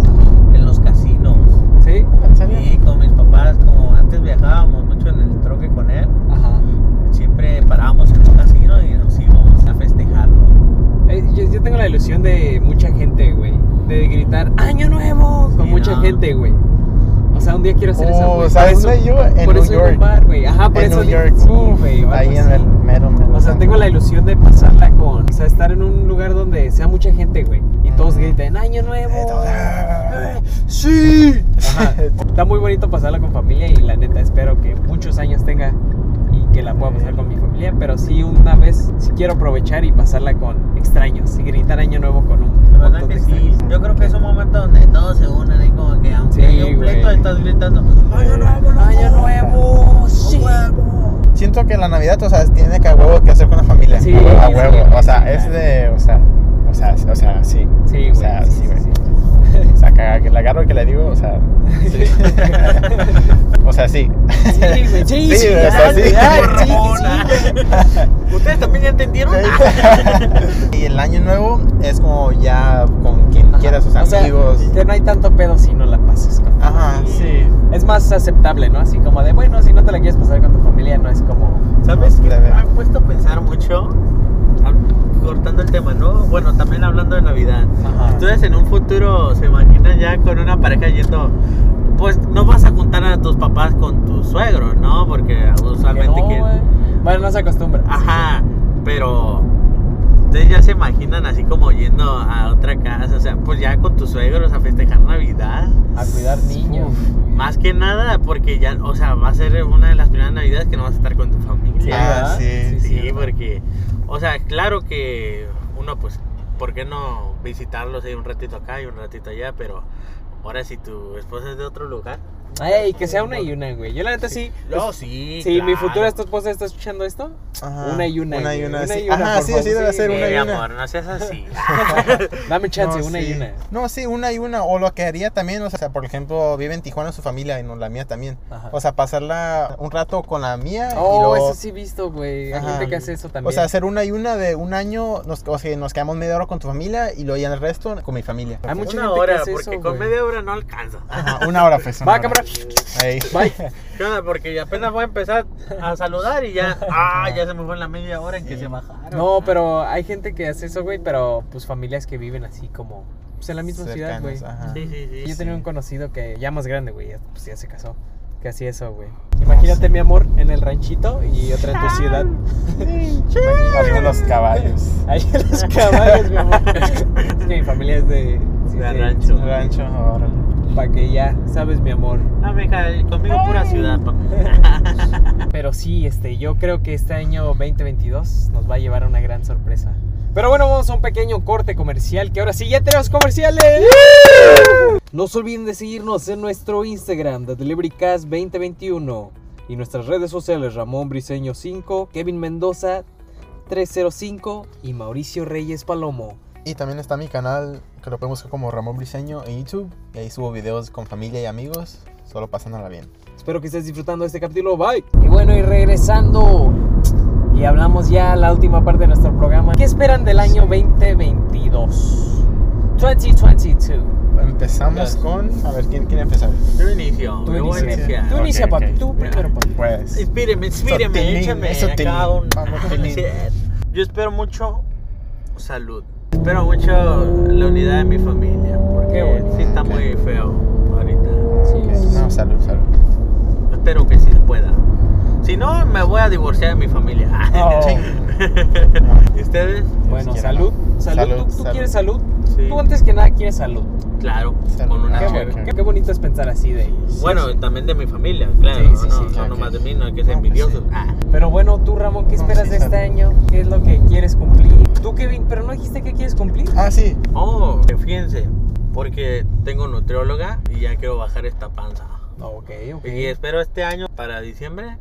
Speaker 3: en los casinos.
Speaker 2: ¿Sí?
Speaker 1: ¿En serio?
Speaker 3: Y con mis papás, como antes viajábamos mucho en el troque con él,
Speaker 2: Ajá.
Speaker 3: siempre parábamos en un casino y nos íbamos a festejarlo.
Speaker 2: Eh, Yo, yo tengo la ilusión de mucha gente, güey. De gritar ¡Año Nuevo! Con
Speaker 3: Sí,
Speaker 2: mucha
Speaker 3: no.
Speaker 2: gente, güey. O sea, un día quiero hacer eso,
Speaker 1: Oh,
Speaker 2: güey.
Speaker 1: ¿sabes
Speaker 2: Por eso-
Speaker 1: dónde yo? En
Speaker 2: por
Speaker 1: New
Speaker 2: eso iba a un
Speaker 1: York.
Speaker 2: bar, güey. Ajá, Ah, por
Speaker 1: en
Speaker 2: eso
Speaker 1: New
Speaker 2: di-
Speaker 1: York.
Speaker 2: sí,
Speaker 1: Uf,
Speaker 2: güey, o algo
Speaker 1: ahí en
Speaker 2: así.
Speaker 1: el mero, mero
Speaker 2: O sea,
Speaker 1: centro.
Speaker 2: tengo la ilusión de pasarla con... O sea, estar en un lugar donde sea mucha gente, güey. Y todos
Speaker 1: Ujú. "Ah".
Speaker 2: griten ¡Año Nuevo!
Speaker 1: Eh, todo-
Speaker 2: Eh, ¡Sí! Ajá. Está muy bonito pasarla con familia y la neta espero que muchos años tenga y que la pueda pasar con mi familia. Pero sí, una vez, sí quiero aprovechar y pasarla con extraños y gritar Año Nuevo con un
Speaker 3: La verdad
Speaker 2: montón de
Speaker 3: que sí.
Speaker 2: extraños.
Speaker 3: Yo creo que es un momento donde todos se unen ahí como que aunque
Speaker 2: Sí,
Speaker 3: hay un
Speaker 2: güey.
Speaker 3: pleito estás gritando ¡Año nuevo! loco!
Speaker 2: ¡Año Nuevo! Oh, ¡Sí!
Speaker 3: ¡Huevo!
Speaker 1: Siento que la Navidad, o sea, tiene que a huevo que hacer con la familia.
Speaker 2: Sí,
Speaker 1: a huevo, a
Speaker 2: sí,
Speaker 1: huevo. o sea,
Speaker 2: sí,
Speaker 1: es
Speaker 2: claro.
Speaker 1: de, o sea, o sea, o sea, sí.
Speaker 2: Sí, güey.
Speaker 1: O sea,
Speaker 2: sí,
Speaker 1: sí, güey.
Speaker 2: sí,
Speaker 1: O sea, que, que la agarro y que la digo, o sea, sí. o sea, sí.
Speaker 2: sí. Sí, güey. Sí,
Speaker 1: Sí,
Speaker 2: sí,
Speaker 1: o sea,
Speaker 2: ya,
Speaker 1: sí.
Speaker 2: ya, sí,
Speaker 3: Hormona.
Speaker 2: sí.
Speaker 3: ¿Ustedes también ya entendieron?
Speaker 1: y el año nuevo es como ya con quien
Speaker 2: Ajá.
Speaker 1: quiera, sus
Speaker 2: O sea,
Speaker 1: amigos.
Speaker 2: que no hay tanto pedo si no la pasas con tu
Speaker 3: Ah,
Speaker 1: Ajá,
Speaker 2: familia.
Speaker 1: sí.
Speaker 2: Es más aceptable, ¿no? Así como de, bueno, si no te la quieres pasar con tu familia, no es como...
Speaker 3: ¿Sabes
Speaker 1: No,
Speaker 3: qué?
Speaker 1: de
Speaker 3: Me
Speaker 1: ver.
Speaker 3: ha puesto a pensar mucho, hab- cortando el tema, ¿no? Bueno, también hablando de Navidad.
Speaker 2: Ajá.
Speaker 3: Ustedes en un futuro se imaginan ya con una pareja yendo. Pues no vas a juntar a tus papás con tus suegros, ¿no? Porque usualmente
Speaker 2: no,
Speaker 3: que.
Speaker 2: güey. Bueno, no se acostumbra.
Speaker 3: Ajá, pero. Ustedes ya se imaginan así como yendo a otra casa, o sea, pues ya con tus suegros a festejar Navidad.
Speaker 2: A cuidar niños.
Speaker 3: Más que nada porque ya, o sea, va a ser una de las primeras Navidades que no vas a estar con tu familia.
Speaker 1: Ah,
Speaker 2: ¿verdad?
Speaker 1: sí,
Speaker 3: Sí,
Speaker 2: ¿verdad?
Speaker 3: porque, o sea, claro que uno, pues, ¿por qué no visitarlos ahí un ratito acá y un ratito allá? Pero ahora si tu esposa es de otro lugar.
Speaker 2: Ey, que sea una y una, güey. Yo la neta Pues sí.
Speaker 3: No, sí.
Speaker 2: si mi
Speaker 3: claro.
Speaker 2: futura esposa está escuchando esto,
Speaker 1: Ajá,
Speaker 2: Una y una,
Speaker 1: Una y
Speaker 2: güey,
Speaker 1: una.
Speaker 2: una
Speaker 1: sí.
Speaker 2: y una,
Speaker 1: Ajá,
Speaker 2: por
Speaker 1: sí, así
Speaker 2: favor,
Speaker 1: debe
Speaker 2: sí.
Speaker 1: ser
Speaker 2: Pero
Speaker 3: Eh,
Speaker 1: una y
Speaker 3: mi
Speaker 1: una.
Speaker 3: amor, no seas así.
Speaker 2: Dame chance,
Speaker 1: No,
Speaker 2: una
Speaker 1: sí.
Speaker 2: y una.
Speaker 1: No, sí, una y una. O lo que haría también, o sea, por ejemplo, vive en Tijuana su familia y no la mía también.
Speaker 2: Ajá.
Speaker 1: O sea, pasarla un rato con la mía y
Speaker 2: Oh,
Speaker 1: luego.
Speaker 2: eso sí he visto, güey. Hay
Speaker 1: Ajá.
Speaker 2: gente que hace eso también.
Speaker 1: O sea, hacer una y una de un año, nos, o sea, nos quedamos media hora con tu familia y luego ya el resto con mi familia.
Speaker 2: Hay mucha
Speaker 3: Una
Speaker 2: gente que
Speaker 3: hora,
Speaker 2: hace
Speaker 3: porque
Speaker 2: eso,
Speaker 3: con
Speaker 2: güey.
Speaker 3: media hora no alcanza.
Speaker 1: Ajá, una hora pues. una
Speaker 2: Va,
Speaker 1: hora.
Speaker 2: cámara.
Speaker 1: Ey.
Speaker 2: Bye.
Speaker 3: ¿Qué onda? Porque ya apenas voy a empezar a saludar y ya. Ah, ya se me fue la media hora en que se bajaron.
Speaker 2: No, pero hay gente que hace eso, güey, pero pues familias que viven así como pues, en la misma ciudad,
Speaker 1: Cercanos,
Speaker 2: güey.
Speaker 1: ajá.
Speaker 3: Sí, sí, sí.
Speaker 2: Yo
Speaker 3: sí.
Speaker 2: tenía un conocido que ya más grande, güey, ya, pues ya se casó, que hacía eso, güey. Imagínate, mi amor, en el ranchito y otra en tu ciudad.
Speaker 1: Arriba los caballos.
Speaker 2: Ahí en los caballos, mi amor. Es que mi familia es de... sí,
Speaker 3: De rancho.
Speaker 1: Un rancho, órale.
Speaker 2: Para que ya, sabes, mi amor.
Speaker 3: Ah, mija, conmigo pura ciudad, papá.
Speaker 2: Pero sí, este, yo creo que este año 2022 nos va a llevar a una gran sorpresa. Pero bueno, vamos a un pequeño corte comercial, que ahora sí ya tenemos comerciales. No se olviden de seguirnos en nuestro Instagram, The Delivery Cast 2021. Y nuestras redes sociales, Ramón Briseño 5, Kevin Mendoza 305 y Mauricio Reyes Palomo.
Speaker 1: Y también está mi canal, que lo pueden buscar como Ramón Briseño en YouTube. Y ahí subo videos con familia y amigos, solo pasándola bien.
Speaker 2: Espero que estés disfrutando de este capítulo. Bye. Y bueno, y regresando. Y hablamos ya la última parte de nuestro programa. ¿Qué esperan del año 2022? 2022.
Speaker 1: Empezamos
Speaker 3: Claro.
Speaker 1: con... A ver, ¿quién quiere empezar?
Speaker 3: Yo inicio,
Speaker 2: Tú
Speaker 3: yo voy a
Speaker 2: inicia.
Speaker 3: iniciar.
Speaker 2: Tú
Speaker 1: Ok,
Speaker 2: inicia,
Speaker 1: ok.
Speaker 2: papi. Tú
Speaker 3: Mira.
Speaker 2: primero, papi.
Speaker 1: Pues...
Speaker 3: Inspíreme,
Speaker 1: Sotilín,
Speaker 3: inspíreme, échame
Speaker 1: es sotilín.
Speaker 3: acá un...
Speaker 1: Vamos, sotilín.
Speaker 3: Sí. Yo espero mucho salud. Espero mucho la unidad de mi familia,
Speaker 2: Qué
Speaker 3: porque
Speaker 2: bonito.
Speaker 3: sí está
Speaker 1: Ok.
Speaker 3: muy feo ahorita.
Speaker 1: No, salud, salud.
Speaker 3: Espero que sí se pueda. Si no, me voy a divorciar de mi familia.
Speaker 2: Oh.
Speaker 3: ¿Y ustedes?
Speaker 2: Bueno,
Speaker 1: Dios quiera.
Speaker 2: salud. Salud.
Speaker 1: Salud,
Speaker 2: ¿Tú, tú
Speaker 1: salud.
Speaker 2: quieres salud?
Speaker 3: Sí.
Speaker 2: Tú antes que nada quieres salud.
Speaker 3: Claro,
Speaker 1: Salud.
Speaker 3: con una
Speaker 2: qué,
Speaker 1: ok,
Speaker 2: bueno,
Speaker 1: ok.
Speaker 2: qué, qué bonito es pensar así de ellos.
Speaker 3: Bueno, también de mi familia, claro.
Speaker 2: Sí, sí,
Speaker 3: no,
Speaker 2: sí,
Speaker 3: no
Speaker 1: claro,
Speaker 3: nomás
Speaker 1: claro.
Speaker 3: de mí, no hay que ser
Speaker 1: No, pues sí.
Speaker 3: envidiosos. Ah,
Speaker 2: Pero bueno, tú, Ramón, ¿qué
Speaker 1: No,
Speaker 2: esperas
Speaker 1: sí,
Speaker 2: de este
Speaker 1: salud.
Speaker 2: año? ¿Qué es lo que quieres cumplir? Tú, Kevin, pero no dijiste que quieres cumplir.
Speaker 1: Ah, sí.
Speaker 3: Oh, fíjense, porque tengo nutrióloga y ya quiero bajar esta panza.
Speaker 2: Ok, ok.
Speaker 3: Y espero este año, para diciembre,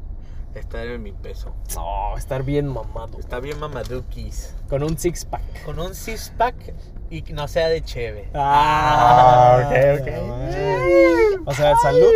Speaker 3: estar en mi peso.
Speaker 2: No, estar bien mamado.
Speaker 3: Está bien mamadukis.
Speaker 2: Con un six pack.
Speaker 3: Con un six pack y que no sea de cheve.
Speaker 1: Ah, ok, ok.
Speaker 2: O sea, salud.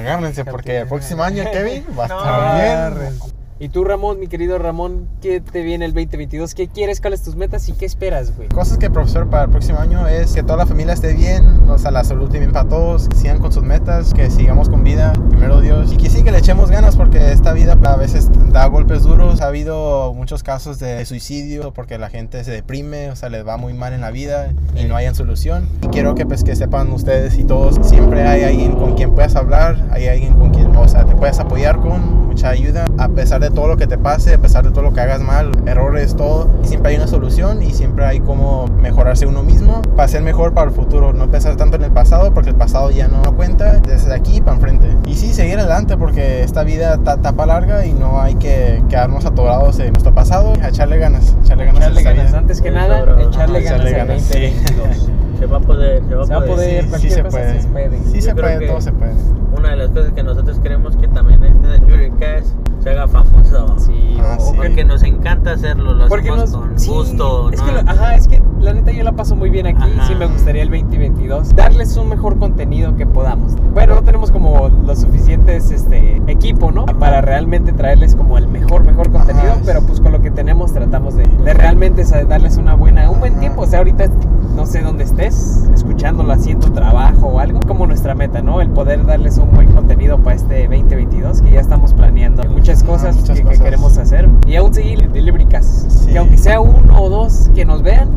Speaker 1: Agárrense porque el próximo año Kevin va a
Speaker 3: No,
Speaker 1: estar bien.
Speaker 2: Y tú, Ramón, mi querido Ramón, ¿qué te viene el 2022? ¿Qué quieres? ¿Cuáles tus metas y qué esperas, güey?
Speaker 1: Cosas que profesor para el próximo año es que toda la familia esté bien, o sea, la salud esté bien para todos, que sigan con sus metas, que sigamos con vida, primero Dios, y que sí, que le echemos ganas porque esta vida a veces da golpes duros, ha habido muchos casos de suicidio porque la gente se deprime, o sea, les va muy mal en la vida y no hayan solución. Y quiero que pues que sepan ustedes y todos, siempre hay alguien con quien puedas hablar, hay alguien con quien, o sea, te puedes apoyar con mucha ayuda, a pesar de todo lo que te pase, a pesar de todo lo que hagas mal, errores, todo, siempre hay una solución y siempre hay cómo mejorarse uno mismo para ser mejor para el futuro, no pensar tanto en el pasado porque el pasado ya no cuenta, desde aquí para enfrente. Y sí, seguir adelante porque esta vida está tapa larga y no hay que quedarnos atorados en nuestro pasado, a echarle ganas, echarle ganas. a
Speaker 2: Echarle
Speaker 1: esta
Speaker 2: ganas.
Speaker 1: vida.
Speaker 2: Antes que
Speaker 3: Sí,
Speaker 2: nada,
Speaker 3: cabrón.
Speaker 2: echarle
Speaker 1: Ajá, echarle
Speaker 2: ganas al
Speaker 1: ganas, sí.
Speaker 2: 2022.
Speaker 3: Se va a poder, se va a
Speaker 2: Se va a
Speaker 3: poder.
Speaker 2: poder.
Speaker 1: Sí, sí
Speaker 2: cualquier
Speaker 1: se
Speaker 2: cosa
Speaker 1: puede.
Speaker 2: se puede.
Speaker 1: Sí
Speaker 3: Yo
Speaker 1: se
Speaker 3: creo
Speaker 1: puede,
Speaker 3: que-
Speaker 1: todo se puede.
Speaker 3: Una de las cosas que nosotros queremos que también este delivery cast se haga famoso.
Speaker 2: Sí,
Speaker 1: Ah,
Speaker 2: o-
Speaker 1: sí.
Speaker 3: Porque nos encanta hacerlo, lo
Speaker 2: Porque
Speaker 3: hacemos
Speaker 2: nos.
Speaker 3: con
Speaker 2: sí,
Speaker 3: gusto.
Speaker 2: Es
Speaker 3: ¿no?
Speaker 2: que, lo- ah, ajá, es que la neta yo la paso muy bien aquí.
Speaker 3: Ajá.
Speaker 2: Sí, me gustaría el 2022 darles un mejor contenido que podamos. Bueno, no tenemos como los suficientes este, equipo, ¿no? Para realmente traerles como el mejor, mejor contenido.
Speaker 1: Ajá.
Speaker 2: Pero pues con lo que tenemos tratamos de, de realmente sa- darles una buena, un buen
Speaker 1: Ajá.
Speaker 2: tiempo. O sea, ahorita no sé dónde estés, escuchándolo haciendo trabajo o algo. Como nuestra meta, ¿no? El poder darles un buen contenido para este 2022 que ya estamos planeando muchas
Speaker 1: Ajá,
Speaker 3: Ah,
Speaker 2: cosas
Speaker 1: muchas
Speaker 2: que- que
Speaker 1: cosas.
Speaker 2: queremos hacer y aún seguir el delivery cast.
Speaker 1: Sí.
Speaker 2: Que aunque sea uno o dos que nos vean,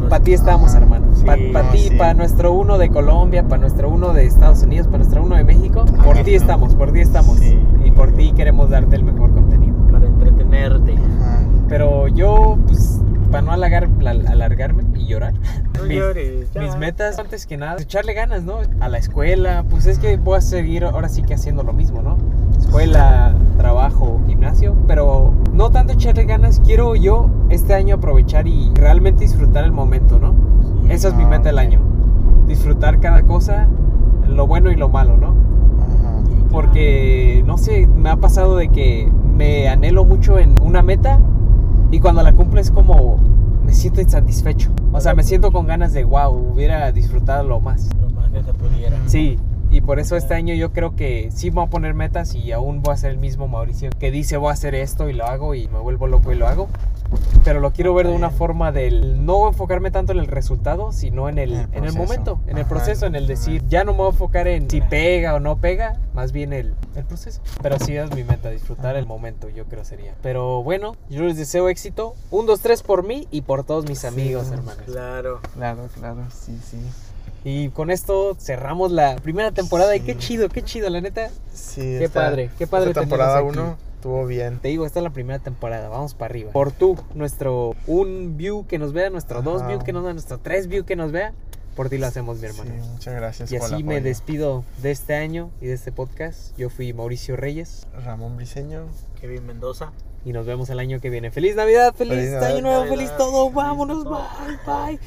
Speaker 3: Nos-
Speaker 2: para ti estamos,
Speaker 1: Ajá.
Speaker 2: hermano.
Speaker 3: Sí,
Speaker 2: para
Speaker 1: no,
Speaker 2: ti,
Speaker 1: sí.
Speaker 2: para nuestro uno de Colombia, para nuestro uno de Estados Unidos, para nuestro uno de México. Por
Speaker 1: Ajá.
Speaker 2: ti estamos, por ti estamos.
Speaker 1: Sí.
Speaker 2: Y por ti queremos darte el mejor contenido.
Speaker 3: Para entretenerte.
Speaker 1: Ajá.
Speaker 2: Pero yo, pues, para no alargar, la- alargarme y llorar,
Speaker 3: No
Speaker 2: mis-
Speaker 3: llores, ya.
Speaker 2: mis metas, antes que nada, echarle ganas, ¿no? A la escuela, pues es que voy a seguir ahora sí que haciendo lo mismo, ¿no? Escuela, trabajo, gimnasio, pero no tanto echarle ganas, quiero yo este año aprovechar y realmente disfrutar el momento, ¿no? Esa es mi
Speaker 1: Ah,
Speaker 2: meta del
Speaker 1: ok.
Speaker 2: año, disfrutar cada cosa, lo bueno y lo malo, ¿no?
Speaker 1: Ajá.
Speaker 2: Porque, no sé, me ha pasado de que me anhelo mucho en una meta y cuando la cumplo es como me siento insatisfecho. O sea, me siento con ganas de, wow, hubiera disfrutado lo más.
Speaker 3: Lo más que se pudiera.
Speaker 2: Sí, y por eso este año yo creo que sí me voy a poner metas y aún voy a ser el mismo Mauricio que dice voy a hacer esto y lo hago y me vuelvo loco y lo hago. Pero lo quiero ver de una forma del no enfocarme tanto en el resultado, sino en el,
Speaker 1: En el
Speaker 2: en el
Speaker 1: proceso.
Speaker 2: momento, en el
Speaker 1: Ajá,
Speaker 2: proceso, en el decir, ya no me voy a enfocar en si pega o no pega, más bien el, el proceso. Pero sí es mi meta, disfrutar el momento, yo creo sería. Pero bueno, yo les deseo éxito. Un, dos, tres por mí y por todos mis amigos, hermanos.
Speaker 3: Claro.
Speaker 1: Claro, claro, sí, sí.
Speaker 2: Y con esto cerramos la primera temporada y qué
Speaker 1: Sí.
Speaker 2: chido, qué chido, la neta.
Speaker 1: Sí,
Speaker 2: Qué padre, qué padre
Speaker 1: Esta
Speaker 2: tenerlos
Speaker 1: temporada
Speaker 2: aquí.
Speaker 1: 1 estuvo bien.
Speaker 2: Te digo, esta es la primera temporada, vamos para arriba. Por tú, nuestro un view que nos vea, nuestro dos
Speaker 1: Ajá.
Speaker 2: view que nos vea, nuestro tres view que nos vea, por ti lo hacemos, mi hermano.
Speaker 1: Sí, muchas gracias
Speaker 2: y
Speaker 1: por
Speaker 2: así
Speaker 1: el
Speaker 2: me
Speaker 1: apoyo.
Speaker 2: despido de este año y de este podcast. Yo fui Mauricio Reyes
Speaker 1: Ramón Briseño.
Speaker 3: Kevin Mendoza.
Speaker 2: y nos vemos el año que viene. ¡Feliz Navidad! ¡Feliz,
Speaker 1: Feliz
Speaker 2: Año
Speaker 1: Navidad,
Speaker 2: Nuevo!
Speaker 3: Navidad,
Speaker 2: ¡Feliz todo!
Speaker 3: feliz
Speaker 2: ¡Vámonos!
Speaker 3: todo.
Speaker 2: ¡Bye! ¡Bye!